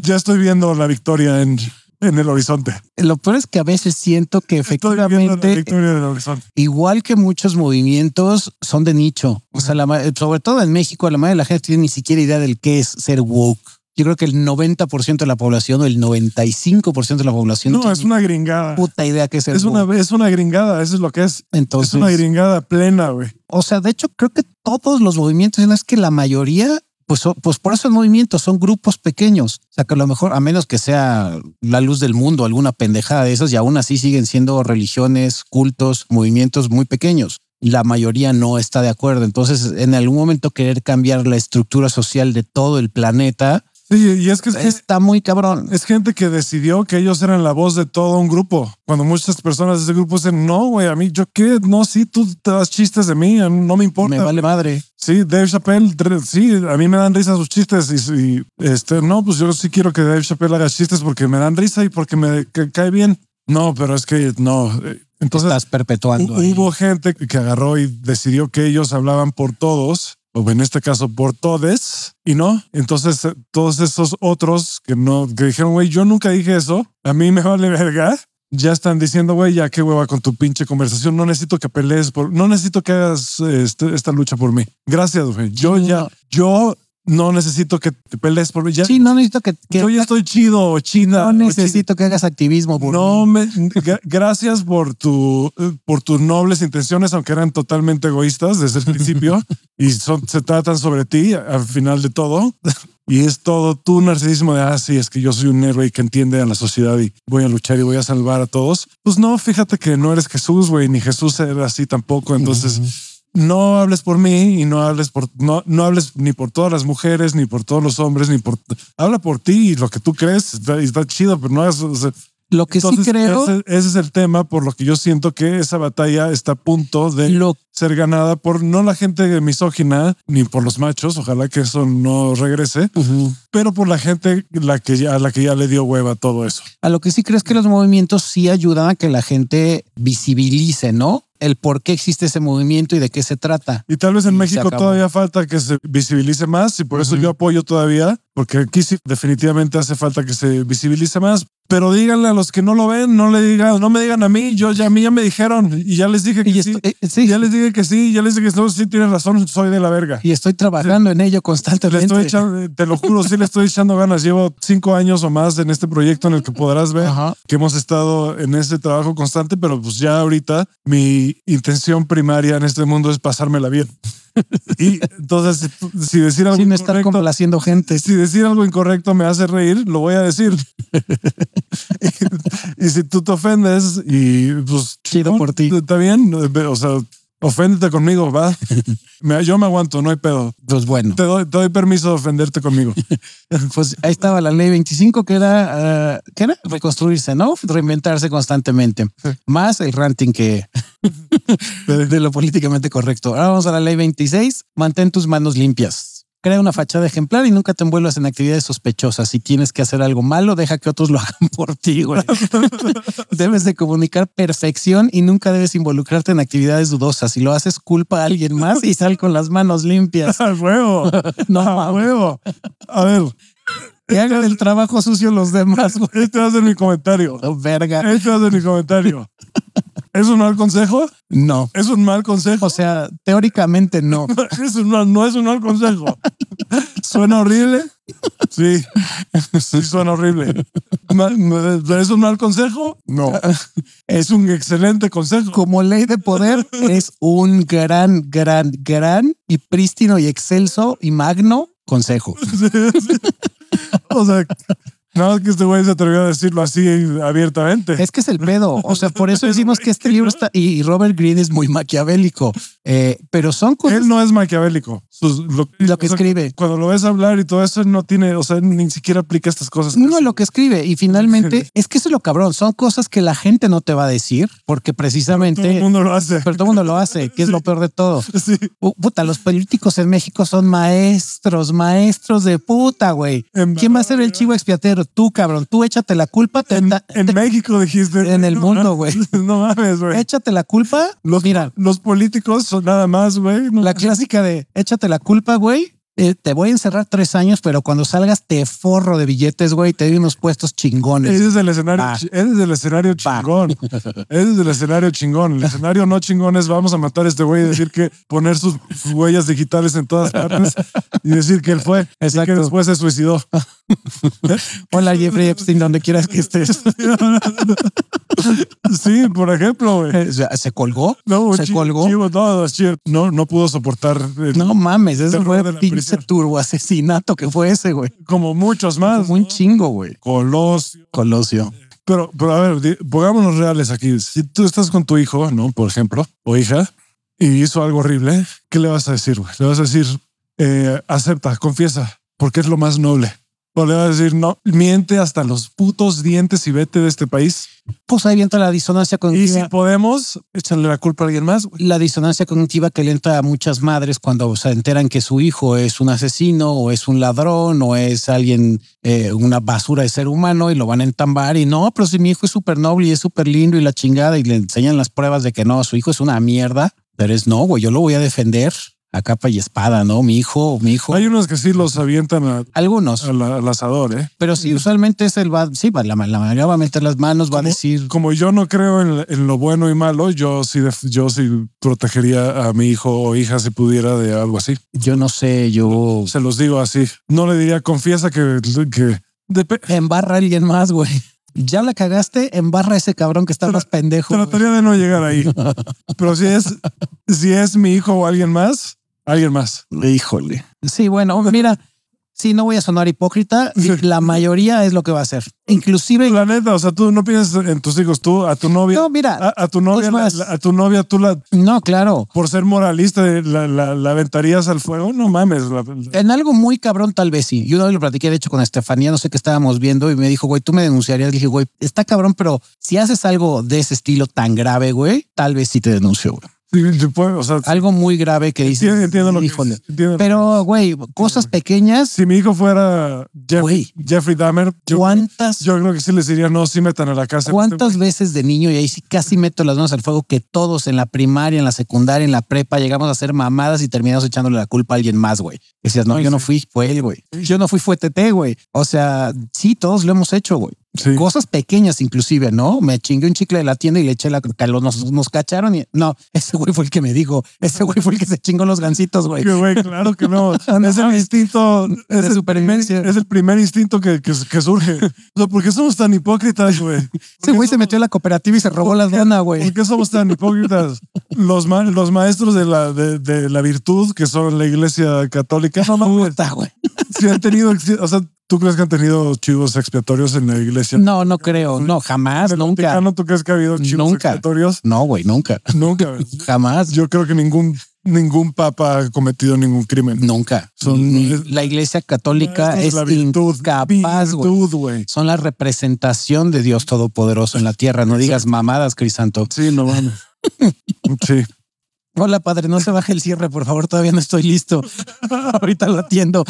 Speaker 1: ya estoy viendo la victoria en, en el horizonte.
Speaker 2: Lo peor es que a veces siento que
Speaker 1: Estoy viendo la
Speaker 2: efectivamente,
Speaker 1: victoria en el horizonte.
Speaker 2: igual que muchos movimientos, son de nicho. O sea, la ma- eh, sobre todo en México, la mayoría de la gente tiene ni siquiera idea del qué es ser woke. Yo creo que el 90% de la población o el 95% de la población no,
Speaker 1: No,
Speaker 2: tiene
Speaker 1: es una gringada.
Speaker 2: puta idea qué es ser
Speaker 1: Es
Speaker 2: woke.
Speaker 1: una, es una gringada. Eso es lo que es. Es
Speaker 2: Entonces,
Speaker 1: una gringada plena, güey.
Speaker 2: o sea, de hecho, creo que todos los movimientos, no es que la mayoría, pues, son- pues por esos movimientos son grupos pequeños. O sea, que a lo mejor, a menos que sea la luz del mundo, alguna pendejada de esas, y aún así siguen siendo religiones, cultos, movimientos muy pequeños. La mayoría no está de acuerdo. Entonces, en algún momento querer cambiar la estructura social de todo el planeta
Speaker 1: Sí, y es que es, que-
Speaker 2: está muy cabrón.
Speaker 1: es gente que decidió que ellos eran la voz de todo un grupo. Cuando muchas personas de ese grupo dicen, no, güey, a mí, yo qué, no, sí, tú te das chistes de mí, a mí no me importa.
Speaker 2: Me vale madre.
Speaker 1: Sí, Dave Chappelle, dre- sí, a mí me dan risa sus chistes y, y, este, no, pues yo sí quiero que Dave Chappelle haga chistes porque me dan risa y porque me que cae bien. No, pero es que no. eh, Entonces
Speaker 2: Estás perpetuando.
Speaker 1: hu-
Speaker 2: ahí.
Speaker 1: hubo gente que agarró y decidió que ellos hablaban por todos, o en este caso por todes, y no. Entonces eh, todos esos otros que no, que dijeron, güey, yo nunca dije eso, a mí me vale verga. Ya están diciendo, güey, ya qué hueva con tu pinche conversación. No necesito que pelees por, no necesito que hagas eh, este- esta lucha por mí. Gracias, güey. Yo ya, yo no necesito que te pelees por mí. Ya,
Speaker 2: Sí, no necesito que, que-
Speaker 1: yo ya estoy chido o china.
Speaker 2: no
Speaker 1: o
Speaker 2: necesito que hagas activismo
Speaker 1: china.
Speaker 2: por
Speaker 1: No
Speaker 2: mí.
Speaker 1: me, gra- gracias por tu eh, por tus nobles intenciones, aunque eran totalmente egoístas desde el principio y son, se tratan sobre ti al final de todo. Y es todo tu narcisismo de, ah, sí, es que yo soy un héroe y que entiende a la sociedad y voy a luchar y voy a salvar a todos. Pues no, fíjate que no eres Jesús, güey, ni Jesús era así tampoco. Entonces, no hables por mí y no hables por no, no hables ni por todas las mujeres, ni por todos los hombres, ni por habla por ti y lo que tú crees está, está chido, pero no es o sea,
Speaker 2: lo que sí
Speaker 1: entonces,
Speaker 2: creo,
Speaker 1: ese, ese es el tema por lo que yo siento que esa batalla está a punto de
Speaker 2: lo
Speaker 1: ser ganada por no la gente misógina ni por los machos, ojalá que eso no regrese, pero por la gente la que ya, a la que ya le dio hueva todo eso.
Speaker 2: a lo que sí crees que los movimientos sí ayudan a que la gente visibilice, ¿no? El por qué existe ese movimiento y de qué se trata.
Speaker 1: Y tal vez en
Speaker 2: Y se
Speaker 1: México
Speaker 2: acabó.
Speaker 1: todavía falta que se visibilice más y por eso
Speaker 2: Ujú.
Speaker 1: yo apoyo todavía, porque aquí sí definitivamente hace falta que se visibilice más. Pero díganle a los que no lo ven, no le digan, no me digan a mí, yo ya a mí ya me dijeron y ya les dije que
Speaker 2: Y
Speaker 1: sí,
Speaker 2: esto- eh, sí,
Speaker 1: ya les dije que sí, ya les dije que no, sí tienes razón, soy de la verga.
Speaker 2: y estoy trabajando en ello
Speaker 1: Le
Speaker 2: constantemente.
Speaker 1: estoy echando, eh, te lo juro, sí le estoy echando ganas. Llevo cinco años o más en este proyecto en el que podrás ver
Speaker 2: Ajá.
Speaker 1: que hemos estado en ese trabajo constante, pero pues ya ahorita mi intención primaria en este mundo es pasármela bien. y entonces, si- si decir algo
Speaker 2: Sin estar
Speaker 1: incorrecto,
Speaker 2: complaciendo gente.
Speaker 1: si decir algo incorrecto me hace reír, lo voy a decir. y, si tú te ofendes y pues
Speaker 2: Chido por ti.
Speaker 1: está bien, o sea, oféndete conmigo, va. Me- Yo me aguanto, no hay pedo.
Speaker 2: Pues bueno,
Speaker 1: Te doy, te doy permiso de ofenderte conmigo.
Speaker 2: pues ahí estaba la ley 25 que era, eh, ¿qué era? Reconstruirse, ¿no? Reinventarse constantemente. Más el ranting que de lo políticamente correcto. Ahora vamos a la ley 26. Mantén tus manos limpias. Crea una fachada ejemplar y nunca te envuelvas en actividades sospechosas. Si tienes que hacer algo malo, deja que otros lo hagan por ti, güey. debes de comunicar perfección y nunca debes involucrarte en actividades dudosas. Si lo haces, culpa a alguien más y sal con las manos limpias.
Speaker 1: ¡A huevo!
Speaker 2: No,
Speaker 1: ¡A
Speaker 2: mames.
Speaker 1: huevo! A ver,
Speaker 2: que hagan el trabajo sucio los demás, güey.
Speaker 1: este va a ser mi comentario.
Speaker 2: Oh, Verga.
Speaker 1: Este va a ser mi comentario. ¿Es un mal consejo?
Speaker 2: No.
Speaker 1: ¿Es un mal consejo?
Speaker 2: O sea, teóricamente no.
Speaker 1: Es un mal- no es un mal consejo. ¿Suena horrible? Sí. Sí, suena horrible. Ma- ma- ¿Es un mal consejo? No. Es un excelente consejo.
Speaker 2: Como ley de poder, es un gran, gran, gran y prístino y excelso y magno consejo.
Speaker 1: O sea, nada más que este güey se atrevió a decirlo así abiertamente.
Speaker 2: Es que es el pedo. O sea, por eso decimos que este libro está y y Robert Greene es muy maquiavélico, Eh, pero son cosas
Speaker 1: Él no es maquiavélico. Sus- lo,
Speaker 2: lo que
Speaker 1: o sea,
Speaker 2: escribe.
Speaker 1: Cuando lo ves hablar y todo eso, no tiene, o sea, ni siquiera aplica estas cosas.
Speaker 2: Uno lo que escribe y finalmente es que eso es lo cabrón. Son cosas que la gente no te va a decir porque
Speaker 1: todo el
Speaker 2: precisamente,
Speaker 1: mundo lo hace.
Speaker 2: pero todo el mundo lo hace, que es lo peor de todo.
Speaker 1: Sí.
Speaker 2: Pu- Uh, Puta, los políticos en México son maestros, maestros de puta, güey.
Speaker 1: En-
Speaker 2: ¿Quién va a ser el chivo expiatorio? Tú, cabrón. Tú échate la culpa. te-
Speaker 1: En,
Speaker 2: ta-
Speaker 1: en México dijiste.
Speaker 2: en el
Speaker 1: No
Speaker 2: mundo,
Speaker 1: mames,
Speaker 2: güey.
Speaker 1: No mames, güey.
Speaker 2: échate la culpa.
Speaker 1: Los-
Speaker 2: Mira,
Speaker 1: Los políticos son nada más, güey. No.
Speaker 2: la clásica de échate la culpa, güey. eh, te voy a encerrar tres años, pero cuando salgas te forro de billetes, güey. Te doy unos puestos chingones.
Speaker 1: Ese es el escenario,
Speaker 2: Va.
Speaker 1: chi- ese es el escenario
Speaker 2: Va.
Speaker 1: chingón. Ese es el escenario chingón. El escenario no chingón es vamos a matar a este güey y decir que poner sus, sus huellas digitales en todas partes y decir que él fue y que
Speaker 2: Exacto.
Speaker 1: después se suicidó.
Speaker 2: Hola Jeffrey Epstein, donde quieras que estés.
Speaker 1: Sí, por ejemplo, güey.
Speaker 2: O sea, Se colgó.
Speaker 1: No,
Speaker 2: se
Speaker 1: chi-
Speaker 2: colgó.
Speaker 1: chivo, no, chi- no, no pudo soportar eh,
Speaker 2: No mames, eso
Speaker 1: Terror
Speaker 2: fue
Speaker 1: de la
Speaker 2: pinche
Speaker 1: prisión.
Speaker 2: turbo asesinato que fue ese, güey.
Speaker 1: como muchos más.
Speaker 2: Fue un chingo, güey.
Speaker 1: Colosio.
Speaker 2: Colosio.
Speaker 1: Pero, pero a ver, di- pongámonos reales aquí. Si tú estás con tu hijo, ¿no? Por ejemplo, o hija, y hizo algo horrible, ¿qué le vas a decir? güey? Le vas a decir, eh, acepta, confiesa, porque es lo más noble. O le vas a decir, no, miente hasta los putos dientes y vete de este país.
Speaker 2: Pues ahí viene la
Speaker 1: Y
Speaker 2: disonancia
Speaker 1: si
Speaker 2: cognitiva.
Speaker 1: podemos, échale la culpa a alguien más. güey.
Speaker 2: la disonancia cognitiva que le entra a muchas madres cuando se enteran que su hijo es un asesino o es un ladrón o es alguien, eh, una basura de ser humano y lo van a entambar y no, pero si mi hijo es súper noble y es súper lindo y la chingada y le enseñan las pruebas de que no, su hijo es una mierda, pero es no, güey, yo lo voy a defender. a capa y espada, ¿no? Mi hijo, mi hijo.
Speaker 1: Hay Ah. unos que sí los avientan a-
Speaker 2: Algunos,
Speaker 1: al- al asador, ¿eh?
Speaker 2: pero sí, usualmente es el va, sí, va- la, la mayoría va a meter las manos, va a
Speaker 1: ¿Cómo?
Speaker 2: decir,
Speaker 1: Como yo no creo en, en lo bueno y malo, yo sí, def- yo sí protegería a mi hijo o hija si pudiera de algo así.
Speaker 2: yo no sé, yo
Speaker 1: Se los digo así. No le diría, confiesa que... que depe-
Speaker 2: embarra a alguien más, güey. Ya la cagaste, embarra a ese cabrón que está
Speaker 1: Tra-
Speaker 2: más pendejo. güey.
Speaker 1: Trataría de no llegar ahí. Pero si es, si es mi hijo o alguien más, alguien más.
Speaker 2: Híjole. Sí, bueno, mira, sí, no voy a sonar hipócrita.
Speaker 1: Sí.
Speaker 2: La mayoría es lo que va a hacer. Inclusive,
Speaker 1: La neta, o sea, tú no piensas en tus hijos, tú, a tu novia,
Speaker 2: no, mira,
Speaker 1: a, a tu novia,
Speaker 2: Es más-
Speaker 1: la- la- a tu novia, tú la,
Speaker 2: no, claro.
Speaker 1: por ser moralista, la, la, la aventarías al fuego. No mames. la- la-
Speaker 2: En algo muy cabrón, tal vez sí. Yo una vez lo platiqué, de hecho, con Estefanía, no sé qué estábamos viendo, y me dijo, güey, tú me denunciarías. Le dije, güey, está cabrón, pero si haces algo de ese estilo tan grave, güey, tal vez sí te denuncio, güey.
Speaker 1: sí, sí, pues, o sea,
Speaker 2: Algo muy grave que dices.
Speaker 1: entiendo, entiendo lo que
Speaker 2: híjole.
Speaker 1: entiendo.
Speaker 2: Pero, güey, cosas pequeñas,
Speaker 1: si mi hijo fuera Jeff-
Speaker 2: Güey.
Speaker 1: Jeffrey Dahmer, yo,
Speaker 2: ¿cuántas?
Speaker 1: yo creo que sí les diría, no, sí metan a la casa.
Speaker 2: ¿Cuántas veces de niño, y ahí sí casi meto las manos al fuego, que todos en la primaria, en la secundaria, en la prepa, llegamos a hacer mamadas y terminamos echándole la culpa a alguien más, güey? Decías, no,
Speaker 1: Ay,
Speaker 2: yo no
Speaker 1: sí.
Speaker 2: fui, fue él, güey. Yo no fui, fue TT, güey. O sea, sí, todos lo hemos hecho, güey.
Speaker 1: Sí.
Speaker 2: Cosas pequeñas inclusive, ¿no? Me chingué un chicle de la tienda y le eché la calor, nos, nos cacharon y... No, ese güey fue el que me dijo, ese güey fue el que se chingó los gancitos, güey.
Speaker 1: Que, güey, claro que no. es el instinto. Es el,
Speaker 2: supervivencia.
Speaker 1: primer- es el primer instinto que, que- que surge. O sea, ¿por qué somos tan hipócritas, güey?
Speaker 2: Ese
Speaker 1: ¿Por
Speaker 2: güey
Speaker 1: qué
Speaker 2: se metió a la cooperativa y se robó las lana, güey.
Speaker 1: ¿Por qué somos tan hipócritas? Los, ma- los maestros de la, de, de la virtud, que son la iglesia católica,
Speaker 2: No me gusta, güey.
Speaker 1: si han tenido, si- o sea, ¿tú crees que han tenido chivos expiatorios en la iglesia?
Speaker 2: No, no creo. No, jamás,
Speaker 1: ¿En el
Speaker 2: nunca.
Speaker 1: Vaticano, ¿Tú crees que ha habido chivos
Speaker 2: Nunca.
Speaker 1: expiatorios?
Speaker 2: No, güey, nunca.
Speaker 1: Nunca.
Speaker 2: Jamás.
Speaker 1: Yo creo que ningún, ningún papa ha cometido ningún crimen.
Speaker 2: nunca.
Speaker 1: Son-
Speaker 2: Ni-
Speaker 1: es-
Speaker 2: la iglesia católica
Speaker 1: Esto
Speaker 2: es
Speaker 1: la virtud,
Speaker 2: incapaz, güey.
Speaker 1: virtud, güey.
Speaker 2: Son la representación de Dios Todopoderoso en la tierra. No digas mamadas, Crisanto.
Speaker 1: Sí, no mames. Sí.
Speaker 2: Hola, padre, no se baje el cierre, por favor. Todavía no estoy listo. Ahorita lo atiendo.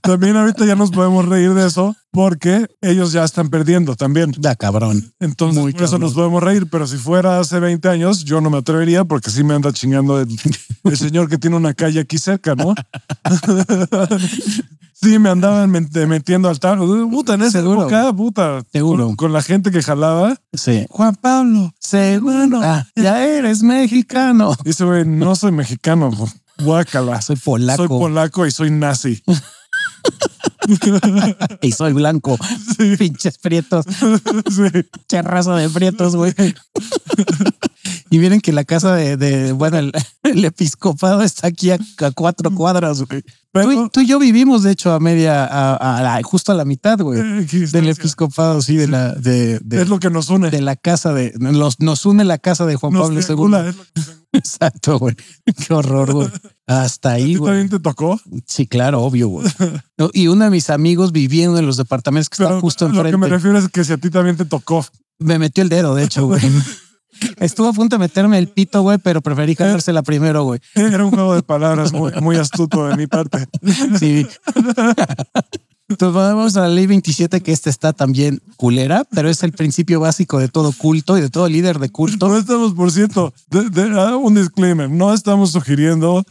Speaker 1: También ahorita ya nos podemos reír de eso porque ellos ya están perdiendo también.
Speaker 2: Da cabrón.
Speaker 1: Entonces,
Speaker 2: Muy
Speaker 1: por eso
Speaker 2: cabrón.
Speaker 1: nos podemos reír. Pero si fuera hace 20 años, yo no me atrevería porque sí me anda chingando el, el señor que tiene una calle aquí cerca, ¿no? sí, me andaban met- metiendo al tablo. Puta, en esa
Speaker 2: Seguro.
Speaker 1: época, puta.
Speaker 2: Seguro.
Speaker 1: Con, con la gente que jalaba.
Speaker 2: Sí.
Speaker 1: Juan Pablo.
Speaker 2: Seguro. Ah, ya eres mexicano. Ah,
Speaker 1: Dice, güey, no soy mexicano. Guácala.
Speaker 2: Soy polaco
Speaker 1: Soy polaco y soy nazi.
Speaker 2: y soy blanco. Pinches prietos.
Speaker 1: Sí.
Speaker 2: Che raza de prietos, güey. y miren que la casa de, de- bueno, el, el episcopado está aquí a, a cuatro cuadras, güey. Tú,
Speaker 1: Pero
Speaker 2: y- tú y yo vivimos, de hecho, a media, a, a- a- justo a la mitad, güey,
Speaker 1: eh,
Speaker 2: del
Speaker 1: existencia.
Speaker 2: episcopado, sí, de la, de, de-
Speaker 1: es lo que nos une.
Speaker 2: de la casa de, los, nos une la casa de Juan
Speaker 1: Nos
Speaker 2: Pablo
Speaker 1: triangula,
Speaker 2: II.
Speaker 1: es lo que nos une.
Speaker 2: Exacto, güey. Qué horror, güey. Hasta
Speaker 1: ¿A
Speaker 2: ahí,
Speaker 1: ti
Speaker 2: güey.
Speaker 1: también te tocó?
Speaker 2: Sí, claro, obvio, güey. No, Y uno de mis amigos vivía en uno de los departamentos que está
Speaker 1: Pero
Speaker 2: justo
Speaker 1: lo que me
Speaker 2: enfrente.
Speaker 1: refiero es que si a ti también te tocó.
Speaker 2: Me metió el dedo, de hecho, güey. Estuvo a punto de meterme el pito, güey, pero preferí jalársela primero, güey.
Speaker 1: Era un juego de palabras muy, muy astuto de mi parte.
Speaker 2: Sí. Entonces vamos a la ley 27, que esta está también culera, pero es el principio básico de todo culto y de todo líder de
Speaker 1: No
Speaker 2: culto.
Speaker 1: estamos, por cierto, de- de- ah, un disclaimer, no estamos sugiriendo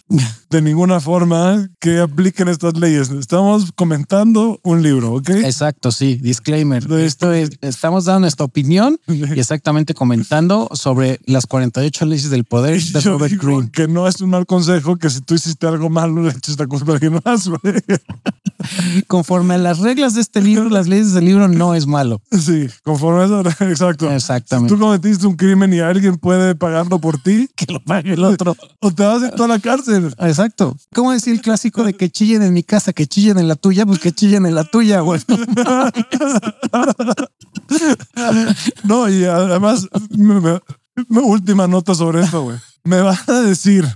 Speaker 1: de ninguna forma que apliquen estas leyes. Estamos comentando un libro, ¿ok?
Speaker 2: Exacto, sí, disclaimer. Esto es, estamos dando nuestra opinión y exactamente comentando sobre las 48 leyes del poder de
Speaker 1: Yo
Speaker 2: Robert
Speaker 1: digo
Speaker 2: Greene.
Speaker 1: que no es un mal consejo que si tú hiciste algo malo le eches la culpa a alguien más, güey.
Speaker 2: Conforme a las reglas de este libro, las leyes del libro no es malo.
Speaker 1: Sí, conforme a eso, exacto.
Speaker 2: Exactamente.
Speaker 1: Tú cometiste un crimen y alguien puede pagarlo por ti
Speaker 2: Que lo pague el otro.
Speaker 1: o te vas a ir tú a la cárcel.
Speaker 2: Exacto. ¿Cómo decir el clásico de que chillen en mi casa, que chillen en la tuya? Pues que chillen en la tuya, güey.
Speaker 1: No, y además, me- me- me- última nota sobre esto, güey. Me van a decir,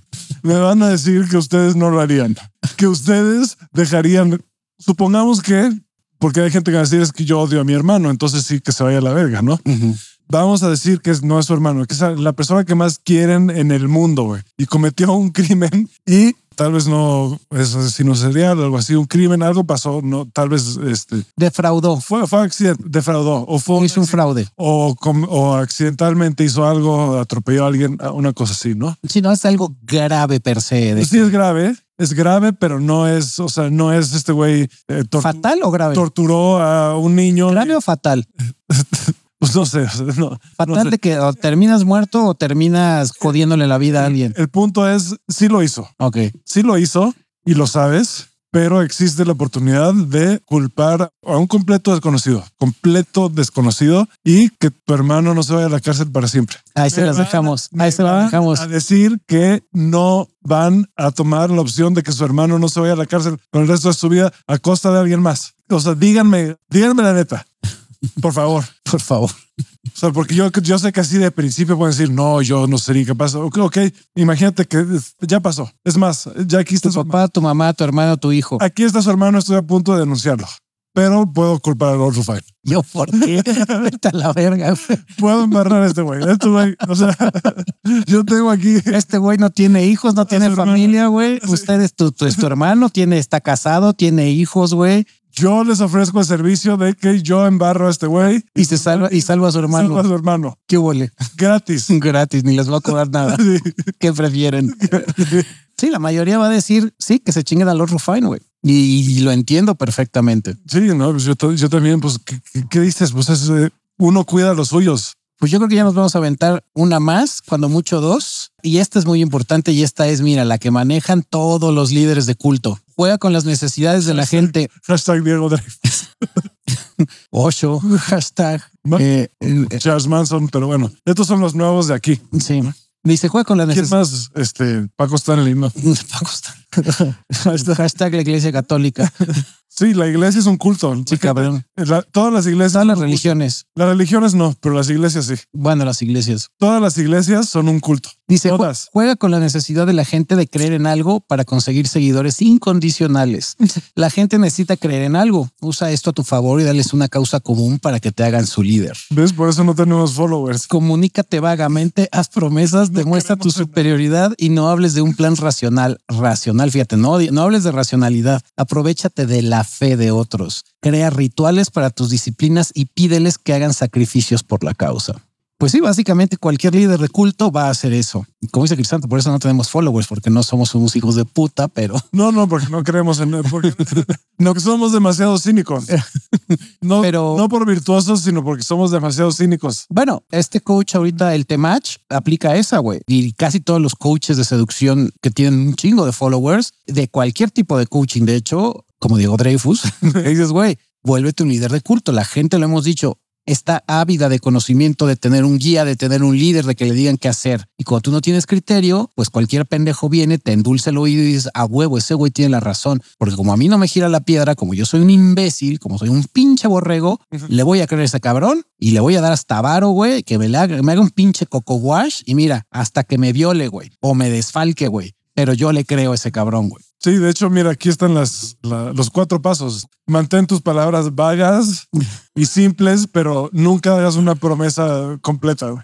Speaker 1: me van a decir que ustedes no lo harían, que ustedes dejarían, supongamos que, porque hay gente que va a decir es que yo odio a mi hermano, entonces sí que se vaya a la verga, ¿no? Vamos a decir que es- no es su hermano, que es la persona que más quieren en el mundo, güey, y cometió un crimen y tal vez no es asesino serial, algo así, un crimen, algo pasó, no, tal vez este
Speaker 2: Defraudó.
Speaker 1: fue, fue accidente, defraudó o fue
Speaker 2: Hizo un fraude.
Speaker 1: o, com- o accidentalmente hizo algo, atropelló a alguien, a una cosa así, ¿no?
Speaker 2: Si no, es algo grave per se. de-
Speaker 1: Sí es grave, es grave, pero no es, o sea, no es este güey eh, tortu-
Speaker 2: ¿Fatal o grave?
Speaker 1: torturó a un niño.
Speaker 2: Grave o fatal.
Speaker 1: Pues no sé, o sea, no,
Speaker 2: Fatal
Speaker 1: no sé.
Speaker 2: de que o terminas muerto o terminas jodiéndole la vida a alguien.
Speaker 1: El punto es, sí lo hizo,
Speaker 2: Ok.
Speaker 1: sí lo hizo y lo sabes, pero existe la oportunidad de culpar a un completo desconocido, completo desconocido y que tu hermano no se vaya a la cárcel para siempre.
Speaker 2: Ahí se
Speaker 1: Me
Speaker 2: las
Speaker 1: van-
Speaker 2: dejamos.
Speaker 1: me
Speaker 2: Ahí se las
Speaker 1: van
Speaker 2: dejamos.
Speaker 1: A decir que no van a tomar la opción de que su hermano no se vaya a la cárcel con el resto de su vida a costa de alguien más. O sea, díganme, díganme la neta. Por favor.
Speaker 2: Por favor.
Speaker 1: O sea, porque yo, yo sé que así de principio pueden decir, no, yo no sería capaz. Ok, ok, imagínate que es- ya pasó. Es más, ya aquí está
Speaker 2: Tu
Speaker 1: su
Speaker 2: papá, tu mamá, tu hermano, tu hijo.
Speaker 1: Aquí está su hermano, estoy a punto de denunciarlo. Pero puedo culpar al otro file.
Speaker 2: Yo, ¿por qué? Vete a la verga. güey.
Speaker 1: Puedo embarrar a este güey. Este güey, o sea, yo tengo aquí
Speaker 2: Este güey no tiene hijos, no tiene
Speaker 1: hermano.
Speaker 2: familia, güey. Usted es tu, tu, es tu hermano, tiene, está casado, tiene hijos, güey.
Speaker 1: yo les ofrezco el servicio de que yo embarro a este güey
Speaker 2: Y se salva, y salva a su
Speaker 1: salvo a
Speaker 2: hermano.
Speaker 1: su hermano.
Speaker 2: ¿Qué huele?
Speaker 1: Gratis.
Speaker 2: Gratis, ni les va a cobrar nada.
Speaker 1: Sí.
Speaker 2: ¿Qué prefieren? Sí, la mayoría va a decir, sí, que se chinguen al Lord Fine, güey. Y, y lo entiendo perfectamente.
Speaker 1: Sí, no, pues yo, ta- yo también, pues, ¿qué, qué- qué dices? Pues es, eh, uno cuida a los suyos.
Speaker 2: Pues yo creo que ya nos vamos a aventar una más, cuando mucho dos. Y esta es muy importante y esta es, mira, la que manejan todos los líderes de culto. Juega con las necesidades de la gente.
Speaker 1: Hashtag Diego
Speaker 2: Eh.
Speaker 1: Dreyfus.
Speaker 2: Osho, hashtag.
Speaker 1: Ma-
Speaker 2: eh, eh, eh,
Speaker 1: Charles Manson, pero bueno, estos son los nuevos de aquí.
Speaker 2: sí. Dice, juega con las
Speaker 1: ¿Quién más?
Speaker 2: necesidades.
Speaker 1: Este, Paco Stanley, ¿no?
Speaker 2: hashtag la iglesia católica.
Speaker 1: Sí, la iglesia es un culto. Eh,
Speaker 2: Sí, cabrón.
Speaker 1: La- todas las iglesias.
Speaker 2: Todas las religiones.
Speaker 1: Las religiones no, pero las iglesias sí.
Speaker 2: Bueno, las iglesias.
Speaker 1: Todas las iglesias son un culto.
Speaker 2: Dice, "Jue-
Speaker 1: Todas.
Speaker 2: juega con la necesidad de la gente de creer en algo para conseguir seguidores incondicionales. La gente necesita creer en algo. Usa esto a tu favor y dales una causa común para que te hagan su líder.
Speaker 1: ¿Ves? Por eso no tenemos followers.
Speaker 2: Comunícate vagamente, haz promesas, demuestra tu
Speaker 1: queremos tener-
Speaker 2: superioridad y no hables de un plan racional. Racional, fíjate, no, di- no hables de racionalidad. Aprovechate de la fe de otros. Crea rituales para tus disciplinas y pídeles que hagan sacrificios por la causa. Pues sí, básicamente cualquier líder de culto va a hacer eso. Y Como dice Cristanto, por eso no tenemos followers, porque no somos unos hijos de puta, pero
Speaker 1: No, no, porque no creemos en porque no que somos demasiado cínicos. No,
Speaker 2: Pero-
Speaker 1: no por virtuosos, sino porque somos demasiado cínicos.
Speaker 2: Bueno, este coach ahorita, el Temach, aplica esa, güey. Y casi todos los coaches de seducción que tienen un chingo de followers, de cualquier tipo de coaching, de hecho, como Diego Dreyfus, dices, güey, vuélvete un líder de culto. La gente, lo hemos dicho, está ávida de conocimiento, de tener un guía, de tener un líder, de que le digan qué hacer. Y cuando tú no tienes criterio, pues cualquier pendejo viene, te endulce el oído y dices, a huevo, ese güey tiene la razón. Porque como a mí no me gira la piedra, como yo soy un imbécil, como soy un pinche borrego, le voy a creer a ese cabrón y le voy a dar hasta varo, güey, que me, le haga, me haga un pinche coco wash y mira, hasta que me viole, güey, o me desfalque, güey. Pero yo le creo a ese cabrón, güey.
Speaker 1: Sí, de hecho, mira, aquí están las, la- los cuatro pasos. Mantén tus palabras vagas y simples, pero nunca hagas una promesa completa. güey.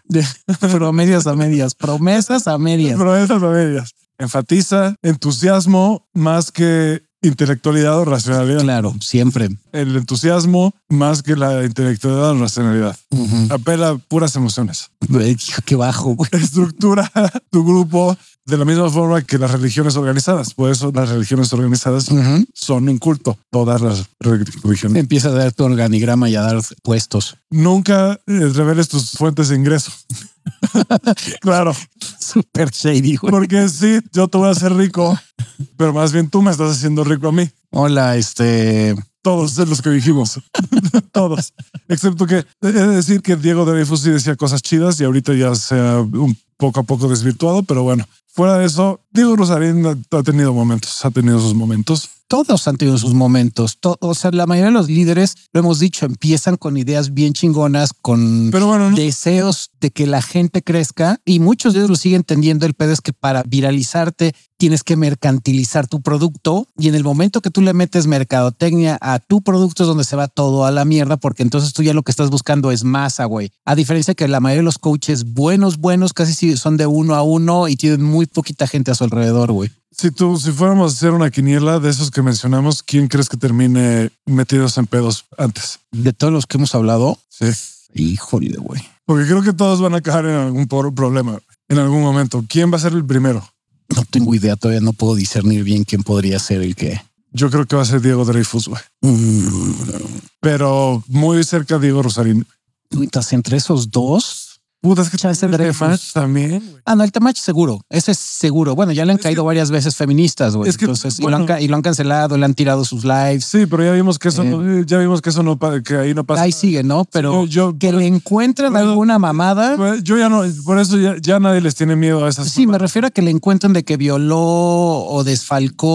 Speaker 2: Promesas a medias, promesas a medias.
Speaker 1: Promesas a medias. Enfatiza entusiasmo más que intelectualidad o racionalidad.
Speaker 2: Claro, siempre.
Speaker 1: El entusiasmo más que la intelectualidad o racionalidad.
Speaker 2: Ujú.
Speaker 1: Apela a puras emociones.
Speaker 2: Güey, Qué bajo, güey.
Speaker 1: estructura tu grupo de la misma forma que las religiones organizadas. Por eso las religiones organizadas
Speaker 2: Ujú.
Speaker 1: son un culto, todas las re- religiones.
Speaker 2: Empieza a dar tu organigrama y a dar puestos.
Speaker 1: Nunca eh, reveles tus fuentes de ingreso. claro,
Speaker 2: Super shady, güey.
Speaker 1: porque sí, yo te voy a hacer rico, pero más bien tú me estás haciendo rico a mí.
Speaker 2: Hola, este.
Speaker 1: Todos de los que dijimos, todos, excepto que he de decir que Diego Dreyfus sí decía cosas chidas y ahorita ya se ha un poco a poco desvirtuado, pero bueno, fuera de eso, Diego Rosarín ha ha tenido momentos, ha tenido sus momentos.
Speaker 2: Todos han tenido sus momentos. To- o sea, la mayoría de los líderes, lo hemos dicho, empiezan con ideas bien chingonas, con
Speaker 1: Pero bueno, no-
Speaker 2: deseos de que la gente crezca y muchos de ellos lo siguen entendiendo. El pedo es que para viralizarte tienes que mercantilizar tu producto y en el momento que tú le metes mercadotecnia a tu producto es donde se va todo a la mierda porque entonces tú ya lo que estás buscando es masa, güey. A diferencia que la mayoría de los coaches buenos, buenos, casi sí son de uno a uno y tienen muy poquita gente a su alrededor, güey.
Speaker 1: Si tú, si fuéramos a hacer una quiniela de esos que mencionamos, ¿quién crees que termine metidos en pedos antes?
Speaker 2: De todos los que hemos hablado,
Speaker 1: Sí.
Speaker 2: híjole, güey.
Speaker 1: Porque creo que todos van a caer en algún por- problema en algún momento. ¿Quién va a ser el primero?
Speaker 2: No tengo idea, todavía no puedo discernir bien quién podría ser el que.
Speaker 1: Yo creo que va a ser Diego Dreyfus, güey.
Speaker 2: Mm,
Speaker 1: Pero muy cerca Diego Rosarín.
Speaker 2: Entonces, entre esos dos.
Speaker 1: Puta, es que
Speaker 2: Chance
Speaker 1: también
Speaker 2: Dreyfus.
Speaker 1: Temash También. güey.
Speaker 2: Ah, no, el Temach seguro. Ese es seguro. Bueno, ya le han
Speaker 1: Es
Speaker 2: caído varias veces feministas, güey.
Speaker 1: es que,
Speaker 2: Entonces, y, lo han,
Speaker 1: bueno.
Speaker 2: ca- y lo han cancelado, le han tirado sus lives.
Speaker 1: Sí, pero ya vimos que eso, no- ya vimos que eso no, pa- que ahí no pasa.
Speaker 2: Eh. Ahí sigue, ¿no? Pero
Speaker 1: yo,
Speaker 2: que le encuentren
Speaker 1: Bueno,
Speaker 2: alguna mamada. pues
Speaker 1: Pues, Yo ya no, por eso ya, ya nadie les tiene miedo a esas.
Speaker 2: Sí, me refiero a que le encuentren de que violó o desfalcó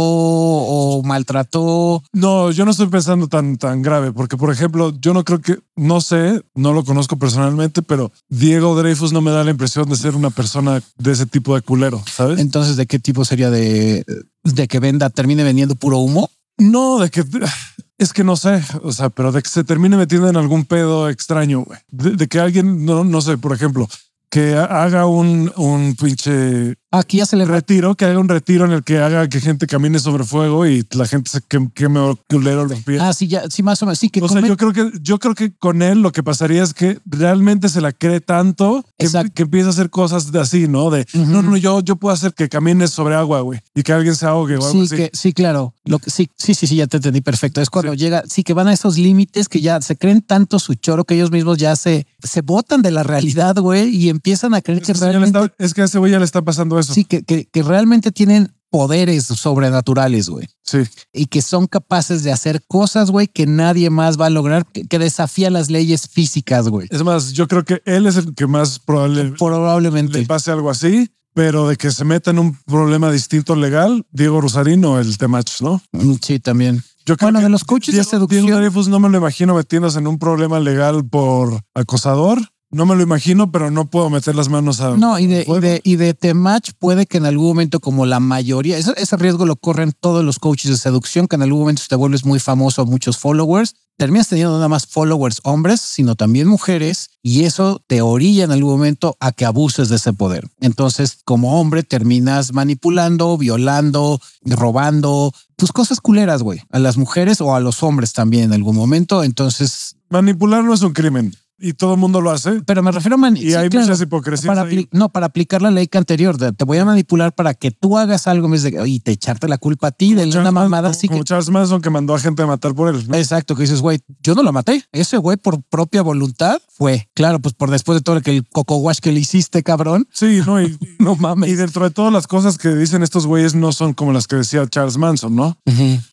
Speaker 2: o maltrató.
Speaker 1: No, yo no estoy pensando tan, tan grave, porque por ejemplo, yo no creo que, no sé, no lo conozco personalmente, pero Diego Dreyfus no me da la impresión de ser una persona de ese tipo de culero, ¿sabes?
Speaker 2: Entonces, ¿de qué tipo sería de, de que venda, termine vendiendo puro humo?
Speaker 1: No, de que es que no sé, o sea, pero de que se termine metiendo en algún pedo extraño, güey. De, de que alguien, no, no sé, por ejemplo, que ha- haga un, un pinche
Speaker 2: Aquí ya se le
Speaker 1: retiro, que haga un retiro en el que haga que gente camine sobre fuego y la gente se quem- queme culero los pies.
Speaker 2: Ah, sí, ya, sí, más o menos. Sí, que
Speaker 1: O sea,
Speaker 2: comen-
Speaker 1: yo creo que yo creo que con él lo que pasaría es que realmente se la cree tanto que,
Speaker 2: Exacto.
Speaker 1: que empieza a hacer cosas de así, ¿no? De
Speaker 2: Ujú.
Speaker 1: no, no, yo, yo puedo hacer que camines sobre agua, güey, y que alguien se ahogue o algo
Speaker 2: Sí,
Speaker 1: así.
Speaker 2: que, sí, claro. Lo que, sí, sí, sí, sí, ya te entendí perfecto. Es cuando llega, sí, que van a esos límites que ya se creen tanto su choro que ellos mismos ya se, se botan de la realidad, güey, y empiezan a creer
Speaker 1: Es que,
Speaker 2: que
Speaker 1: ese señor le
Speaker 2: realmente,
Speaker 1: está- es que a ese güey ya le está pasando eso.
Speaker 2: sí, que, que, que realmente tienen poderes sobrenaturales, güey.
Speaker 1: Sí.
Speaker 2: y que son capaces de hacer cosas, güey, que nadie más va a lograr, que, que desafía las leyes físicas, güey.
Speaker 1: Es más, yo creo que él es el que más probable le
Speaker 2: Probablemente.
Speaker 1: pase algo así, pero de que se meta en un problema distinto legal, Diego Rusarín o el Temach, ¿no?
Speaker 2: Mm, Sí, también.
Speaker 1: Yo creo
Speaker 2: Bueno,
Speaker 1: que
Speaker 2: de los coaches de
Speaker 1: Diego-
Speaker 2: seducción.
Speaker 1: Diego Dreyfus no me lo imagino metiéndose en un problema legal por acosador. No me lo imagino, pero no puedo meter las manos a.
Speaker 2: No, y de, y
Speaker 1: Bueno.
Speaker 2: de, y de Temach puede que en algún momento, como la mayoría, ese, ese riesgo lo corren todos los coaches de seducción, que en algún momento si te vuelves muy famoso, muchos followers, terminas teniendo no nada más followers hombres, sino también mujeres, y eso te orilla en algún momento a que abuses de ese poder. Entonces, como hombre, terminas manipulando, violando, robando, tus cosas culeras, güey, a las mujeres o a los hombres también en algún momento. Entonces,
Speaker 1: Manipular no es un crimen y todo el mundo lo hace.
Speaker 2: pero me refiero a... mani-
Speaker 1: Y
Speaker 2: sí,
Speaker 1: hay
Speaker 2: claro.
Speaker 1: muchas hipocresías.
Speaker 2: Para
Speaker 1: ahí.
Speaker 2: apli- no, para aplicar la ley que anterior, de- te voy a manipular para que tú hagas algo en vez de- y te echarte la culpa a ti de
Speaker 1: Charles
Speaker 2: una
Speaker 1: Manson-
Speaker 2: mamada así que.
Speaker 1: como Charles Manson que mandó a gente a matar por él. ¿no?
Speaker 2: Exacto, que dices, güey, yo no lo maté. Ese güey por propia voluntad fue. Claro, pues por después de todo el que el coco wash que le hiciste, cabrón.
Speaker 1: Sí, no, y,
Speaker 2: No
Speaker 1: y
Speaker 2: mames.
Speaker 1: dentro de todas las cosas que dicen estos güeyes no son como las que decía Charles Manson, ¿no?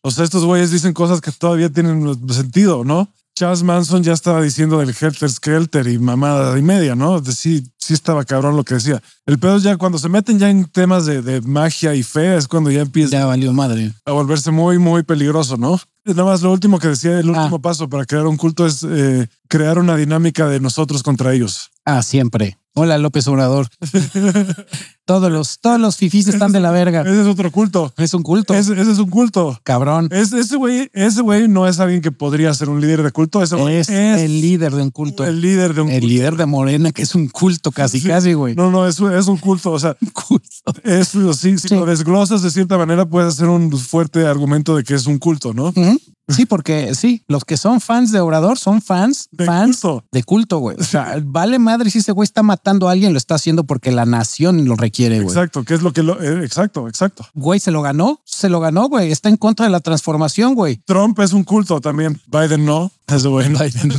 Speaker 1: O sea, estos güeyes dicen cosas que todavía tienen sentido, ¿no? Charles Manson ya estaba diciendo del Helter Skelter y mamada y media, ¿no? De sí, sí estaba cabrón lo que decía. El pedo es ya cuando se meten ya en temas de, de magia y fe es cuando ya empieza
Speaker 2: Ya valió madre.
Speaker 1: a volverse muy, muy peligroso, ¿no? Nada más lo último que decía, el
Speaker 2: Ah.
Speaker 1: último paso para crear un culto es eh, crear una dinámica de nosotros contra ellos.
Speaker 2: Ah, siempre. Hola, López Obrador. todos los, todos los fifís están de la verga.
Speaker 1: Ese es otro culto.
Speaker 2: Es un culto.
Speaker 1: Ese, ese es un culto.
Speaker 2: cabrón.
Speaker 1: Es- ese güey ese güey no es alguien que podría ser un líder de culto. Ese güey
Speaker 2: Es, el líder de un culto.
Speaker 1: el líder de un
Speaker 2: el líder de Morena, que es un culto casi,
Speaker 1: Sí.
Speaker 2: casi, güey.
Speaker 1: No, no, es, un- es un culto. O sea,
Speaker 2: Culto.
Speaker 1: es, si, si
Speaker 2: Sí.
Speaker 1: lo desglosas de cierta manera, puedes hacer un fuerte argumento de que es un culto, ¿no?
Speaker 2: Ujú. Sí, porque sí, los que son fans de Obrador son fans,
Speaker 1: De
Speaker 2: fans
Speaker 1: culto.
Speaker 2: de culto, güey. O sea, vale madre si ese güey está matando a alguien, lo está haciendo porque la nación lo requiere, güey.
Speaker 1: Exacto, que es lo que lo. eh, exacto, exacto.
Speaker 2: Güey, se lo ganó, se lo ganó, güey. Está en contra de la transformación, güey.
Speaker 1: Trump es un culto también. Biden no. Es bueno.
Speaker 2: Biden,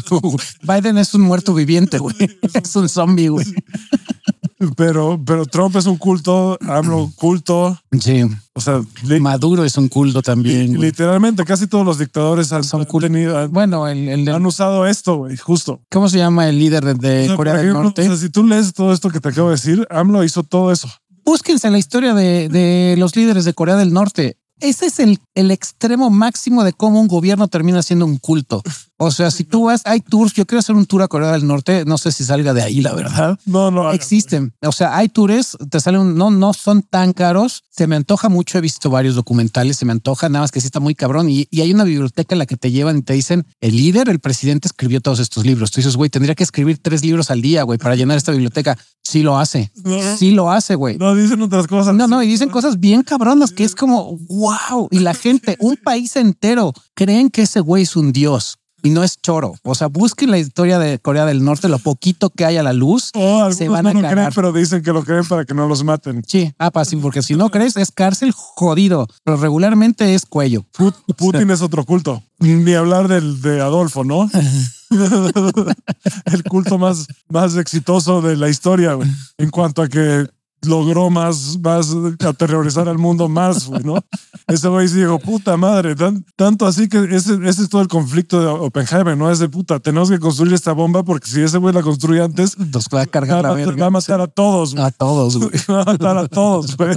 Speaker 2: Biden es un muerto viviente, güey. Es un zombie, güey.
Speaker 1: Pero, pero Trump es un culto, AMLO culto.
Speaker 2: Sí.
Speaker 1: O sea, li-
Speaker 2: Maduro es un culto también. güey.
Speaker 1: literalmente casi todos los dictadores han,
Speaker 2: Son
Speaker 1: han
Speaker 2: culto.
Speaker 1: tenido- han-
Speaker 2: Bueno, el, el de-
Speaker 1: han usado esto, güey, justo.
Speaker 2: ¿cómo se llama el líder de, de
Speaker 1: O sea,
Speaker 2: Corea
Speaker 1: por
Speaker 2: del
Speaker 1: ejemplo,
Speaker 2: Norte?
Speaker 1: o sea, si tú lees todo esto que te acabo de decir, AMLO hizo todo eso.
Speaker 2: búsquense la historia de, de los líderes de Corea del Norte. Ese es el, el extremo máximo de cómo un gobierno termina siendo un culto. O sea, si tú vas, hay tours, yo quiero hacer un tour a Corea del Norte, no sé si salga de ahí, la verdad.
Speaker 1: No, no. hagan,
Speaker 2: Existen, o sea, hay tours, te salen, un- no, no son tan caros. Se me antoja mucho, he visto varios documentales, se me antoja, nada más que sí está muy cabrón. Y, y hay una biblioteca en la que te llevan y te dicen, el líder, el presidente escribió todos estos libros. Tú dices, güey, tendría que escribir tres libros al día, güey, para llenar esta biblioteca. Sí lo hace,
Speaker 1: güey. No, no.
Speaker 2: sí lo hace, güey.
Speaker 1: No, dicen otras cosas. Ah,
Speaker 2: No, no, y dicen cosas bien cabronas que es como, wow, y la gente, un país entero, creen que ese güey es un dios y no es choro. O sea, busquen la historia de Corea del Norte, lo poquito que hay a la luz.
Speaker 1: O Oh, algunos
Speaker 2: se van
Speaker 1: no
Speaker 2: a
Speaker 1: lo
Speaker 2: cagar.
Speaker 1: creen, pero dicen que lo creen para que no los maten.
Speaker 2: Sí, ah, pa, sí, porque si no crees, es cárcel jodido, pero regularmente es cuello.
Speaker 1: Put- Putin es otro culto. Ni hablar del de Adolfo, ¿no? El culto más, más exitoso de la historia, güey. En cuanto a que logró más, más aterrorizar al mundo más, güey, ¿no? Ese güey sí dijo, puta madre, tan- tanto así que ese, ese es todo el conflicto de Oppenheimer, ¿no? Es de puta, tenemos que construir esta bomba porque si ese güey la construye antes,
Speaker 2: Nos va a
Speaker 1: va a,
Speaker 2: cargar la
Speaker 1: matar- va a
Speaker 2: verga.
Speaker 1: matar a todos, güey.
Speaker 2: A todos, güey.
Speaker 1: Va a matar a todos, güey.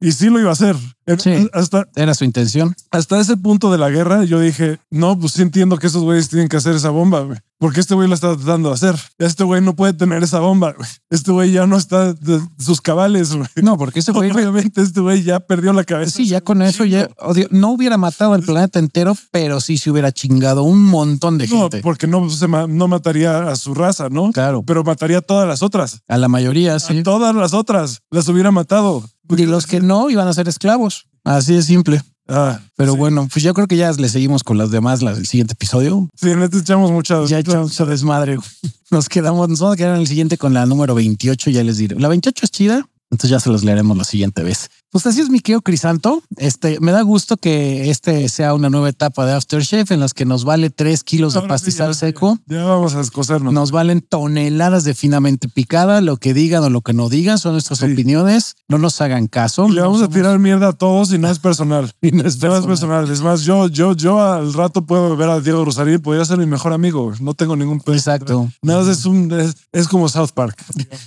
Speaker 1: Y sí lo iba a hacer.
Speaker 2: Sí.
Speaker 1: Hasta,
Speaker 2: Era su intención.
Speaker 1: hasta ese punto de la guerra, yo dije, no, pues sí entiendo que esos güeyes tienen que hacer esa bomba, güey. Porque este güey la está tratando de hacer. Este güey no puede tener esa bomba, güey. Este güey ya no está de sus cabales, güey.
Speaker 2: No, porque ese güey
Speaker 1: Obviamente este güey ya perdió la cabeza.
Speaker 2: Sí, ya con eso ya odio- no hubiera matado al planeta entero, pero sí se hubiera chingado un montón de
Speaker 1: No,
Speaker 2: gente.
Speaker 1: porque no, pues, se ma- no mataría a su raza, ¿no?
Speaker 2: Claro,
Speaker 1: Pero mataría a todas las otras.
Speaker 2: a la mayoría sí.
Speaker 1: A todas las otras. Las hubiera matado.
Speaker 2: Pues, Y los que no iban a ser esclavos. Así de simple.
Speaker 1: Ah,
Speaker 2: Pero
Speaker 1: sí.
Speaker 2: bueno, pues yo creo que ya le seguimos con las demás las, el siguiente episodio.
Speaker 1: Sí, en este echamos muchas.
Speaker 2: Ya echamos a desmadre. Nos quedamos, nos vamos a quedar en el siguiente con la número 28, ya les diré. La 28 es chida, entonces ya se los leeremos la siguiente vez. Pues así es mi querido Crisanto. Este, me da gusto que este sea una nueva etapa de Aftershave en las que nos vale 3 kilos de
Speaker 1: Ahora sí,
Speaker 2: pastizal
Speaker 1: ya-
Speaker 2: seco.
Speaker 1: Ya vamos a escocernos.
Speaker 2: Nos valen toneladas de finamente picada. Lo que digan o lo que no digan son nuestras
Speaker 1: Sí.
Speaker 2: opiniones. No nos hagan caso.
Speaker 1: Y le vamos
Speaker 2: No
Speaker 1: a tirar mierda a todos y no es personal.
Speaker 2: somos- y no es
Speaker 1: No es
Speaker 2: personal.
Speaker 1: personal. Es más, yo, yo, yo al rato puedo ver a Diego Rosarín, podría ser mi mejor amigo. güey. No tengo ningún pedo.
Speaker 2: Exacto.
Speaker 1: Nada más es un es, es como South Park.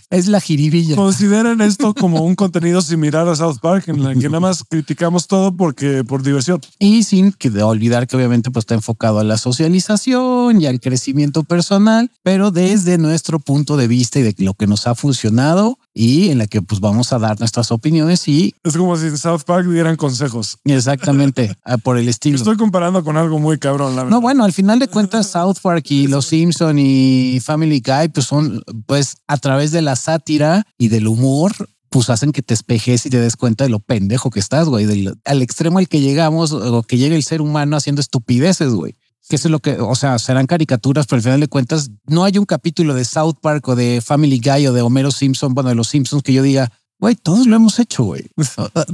Speaker 2: Es la jiribilla.
Speaker 1: Consideren esto como un contenido similar a South Park, en la que nada más criticamos todo porque por diversión.
Speaker 2: Y sin que de olvidar que obviamente pues, está enfocado a la socialización y al crecimiento personal, pero desde nuestro punto de vista y de lo que nos ha funcionado y en la que pues vamos a dar nuestras opiniones y
Speaker 1: Es como si en South Park dieran consejos.
Speaker 2: exactamente ah, por el estilo.
Speaker 1: Estoy comparando con algo muy cabrón, la verdad.
Speaker 2: No, bueno, al final de cuentas, South Park y Los Simpson y Family Guy, pues son, pues a través de la sátira y del humor, pues hacen que te espejes y te des cuenta de lo pendejo que estás, güey, del, al extremo al que llegamos o que llega el ser humano haciendo estupideces, güey. Que eso es lo que, o sea, serán caricaturas, pero al final de cuentas, no hay un capítulo de South Park o de Family Guy o de Homero Simpson, bueno, de los Simpsons que yo diga, güey, todos lo hemos hecho, güey.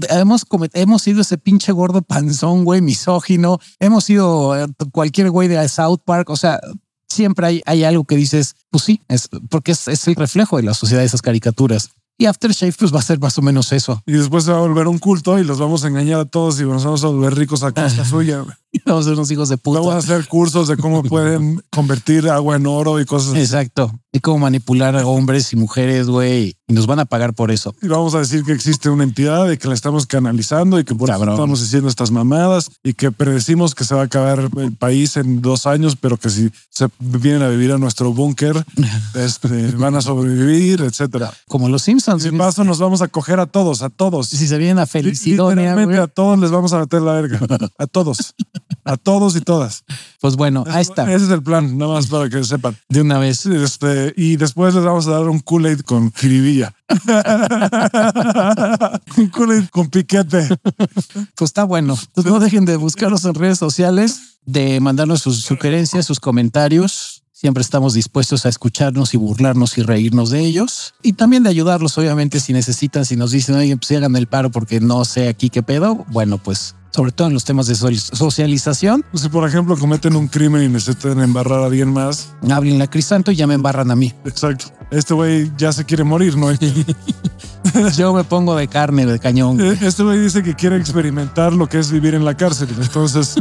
Speaker 2: Hemos, comet- hemos sido ese pinche gordo panzón, güey, misógino. Hemos sido eh, cualquier güey de South Park. O sea, siempre hay, hay algo que dices, pues sí, es porque es, es el reflejo de la sociedad de esas caricaturas. Y Aftershave, pues va a ser más o menos eso.
Speaker 1: Y después se va a volver un culto y los vamos a engañar a todos y nos vamos a volver ricos a costa suya. güey.
Speaker 2: Vamos a ser unos hijos de puta.
Speaker 1: Vamos a hacer cursos de cómo pueden convertir agua en oro y cosas así.
Speaker 2: Exacto. Y cómo manipular a hombres y mujeres, güey. Y nos van a pagar por eso.
Speaker 1: y vamos a decir que existe una entidad y que la estamos canalizando y que por eso
Speaker 2: Cabrón.
Speaker 1: estamos haciendo estas mamadas y que predecimos que se va a acabar el país en dos años, pero que si se vienen a vivir a nuestro búnker, este, van a sobrevivir, etcétera.
Speaker 2: Como los Simpsons.
Speaker 1: Y de paso nos vamos a coger a todos, a todos.
Speaker 2: Si se vienen a Felicidonia,
Speaker 1: Literalmente
Speaker 2: güey.
Speaker 1: a todos les vamos a meter la verga. A todos. A todos y todas.
Speaker 2: pues bueno, ahí está.
Speaker 1: Ese es el plan, nada más para que sepan.
Speaker 2: De una vez.
Speaker 1: Este, y después les vamos a dar un Kool-Aid con jiribilla. un Kool-Aid con piquete.
Speaker 2: Pues está bueno. Pues no dejen de buscarnos en redes sociales, de mandarnos sus sugerencias, sus comentarios. Siempre estamos dispuestos a escucharnos y burlarnos y reírnos de ellos. Y también de ayudarlos, obviamente, si necesitan, si nos dicen, oye, pues hagan el paro porque no sé aquí qué pedo. Bueno, pues sobre todo en los temas de so- socialización,
Speaker 1: Pues Si, por ejemplo, cometen un crimen y necesitan embarrar a alguien más.
Speaker 2: háblenle a Crisanto y ya me embarran a mí.
Speaker 1: Exacto. Este güey ya se quiere morir, ¿no?
Speaker 2: Yo me pongo de carne, de cañón.
Speaker 1: Este güey dice que quiere experimentar lo que es vivir en la cárcel. Entonces,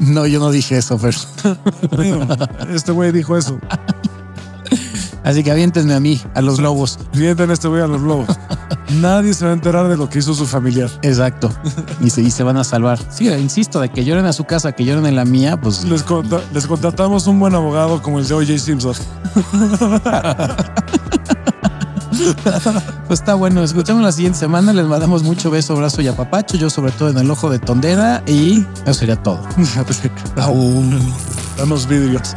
Speaker 2: No, yo no dije eso, pero...
Speaker 1: mío, este güey dijo eso.
Speaker 2: Así que aviéntenme a mí, a los lobos.
Speaker 1: Sienten este güey a los lobos. Nadie se va a enterar de lo que hizo su familiar.
Speaker 2: Exacto. Y se, y se van a salvar. Sí, insisto, de que lloren a su casa, que lloren en la mía, pues
Speaker 1: Les, conta- les contratamos un buen abogado como el de O.J. Simpson.
Speaker 2: Pues está bueno, escuchamos la siguiente semana, les mandamos mucho beso, abrazo y apapacho, yo sobre todo en el ojo de tondera y eso sería todo.
Speaker 1: Damos vidrios.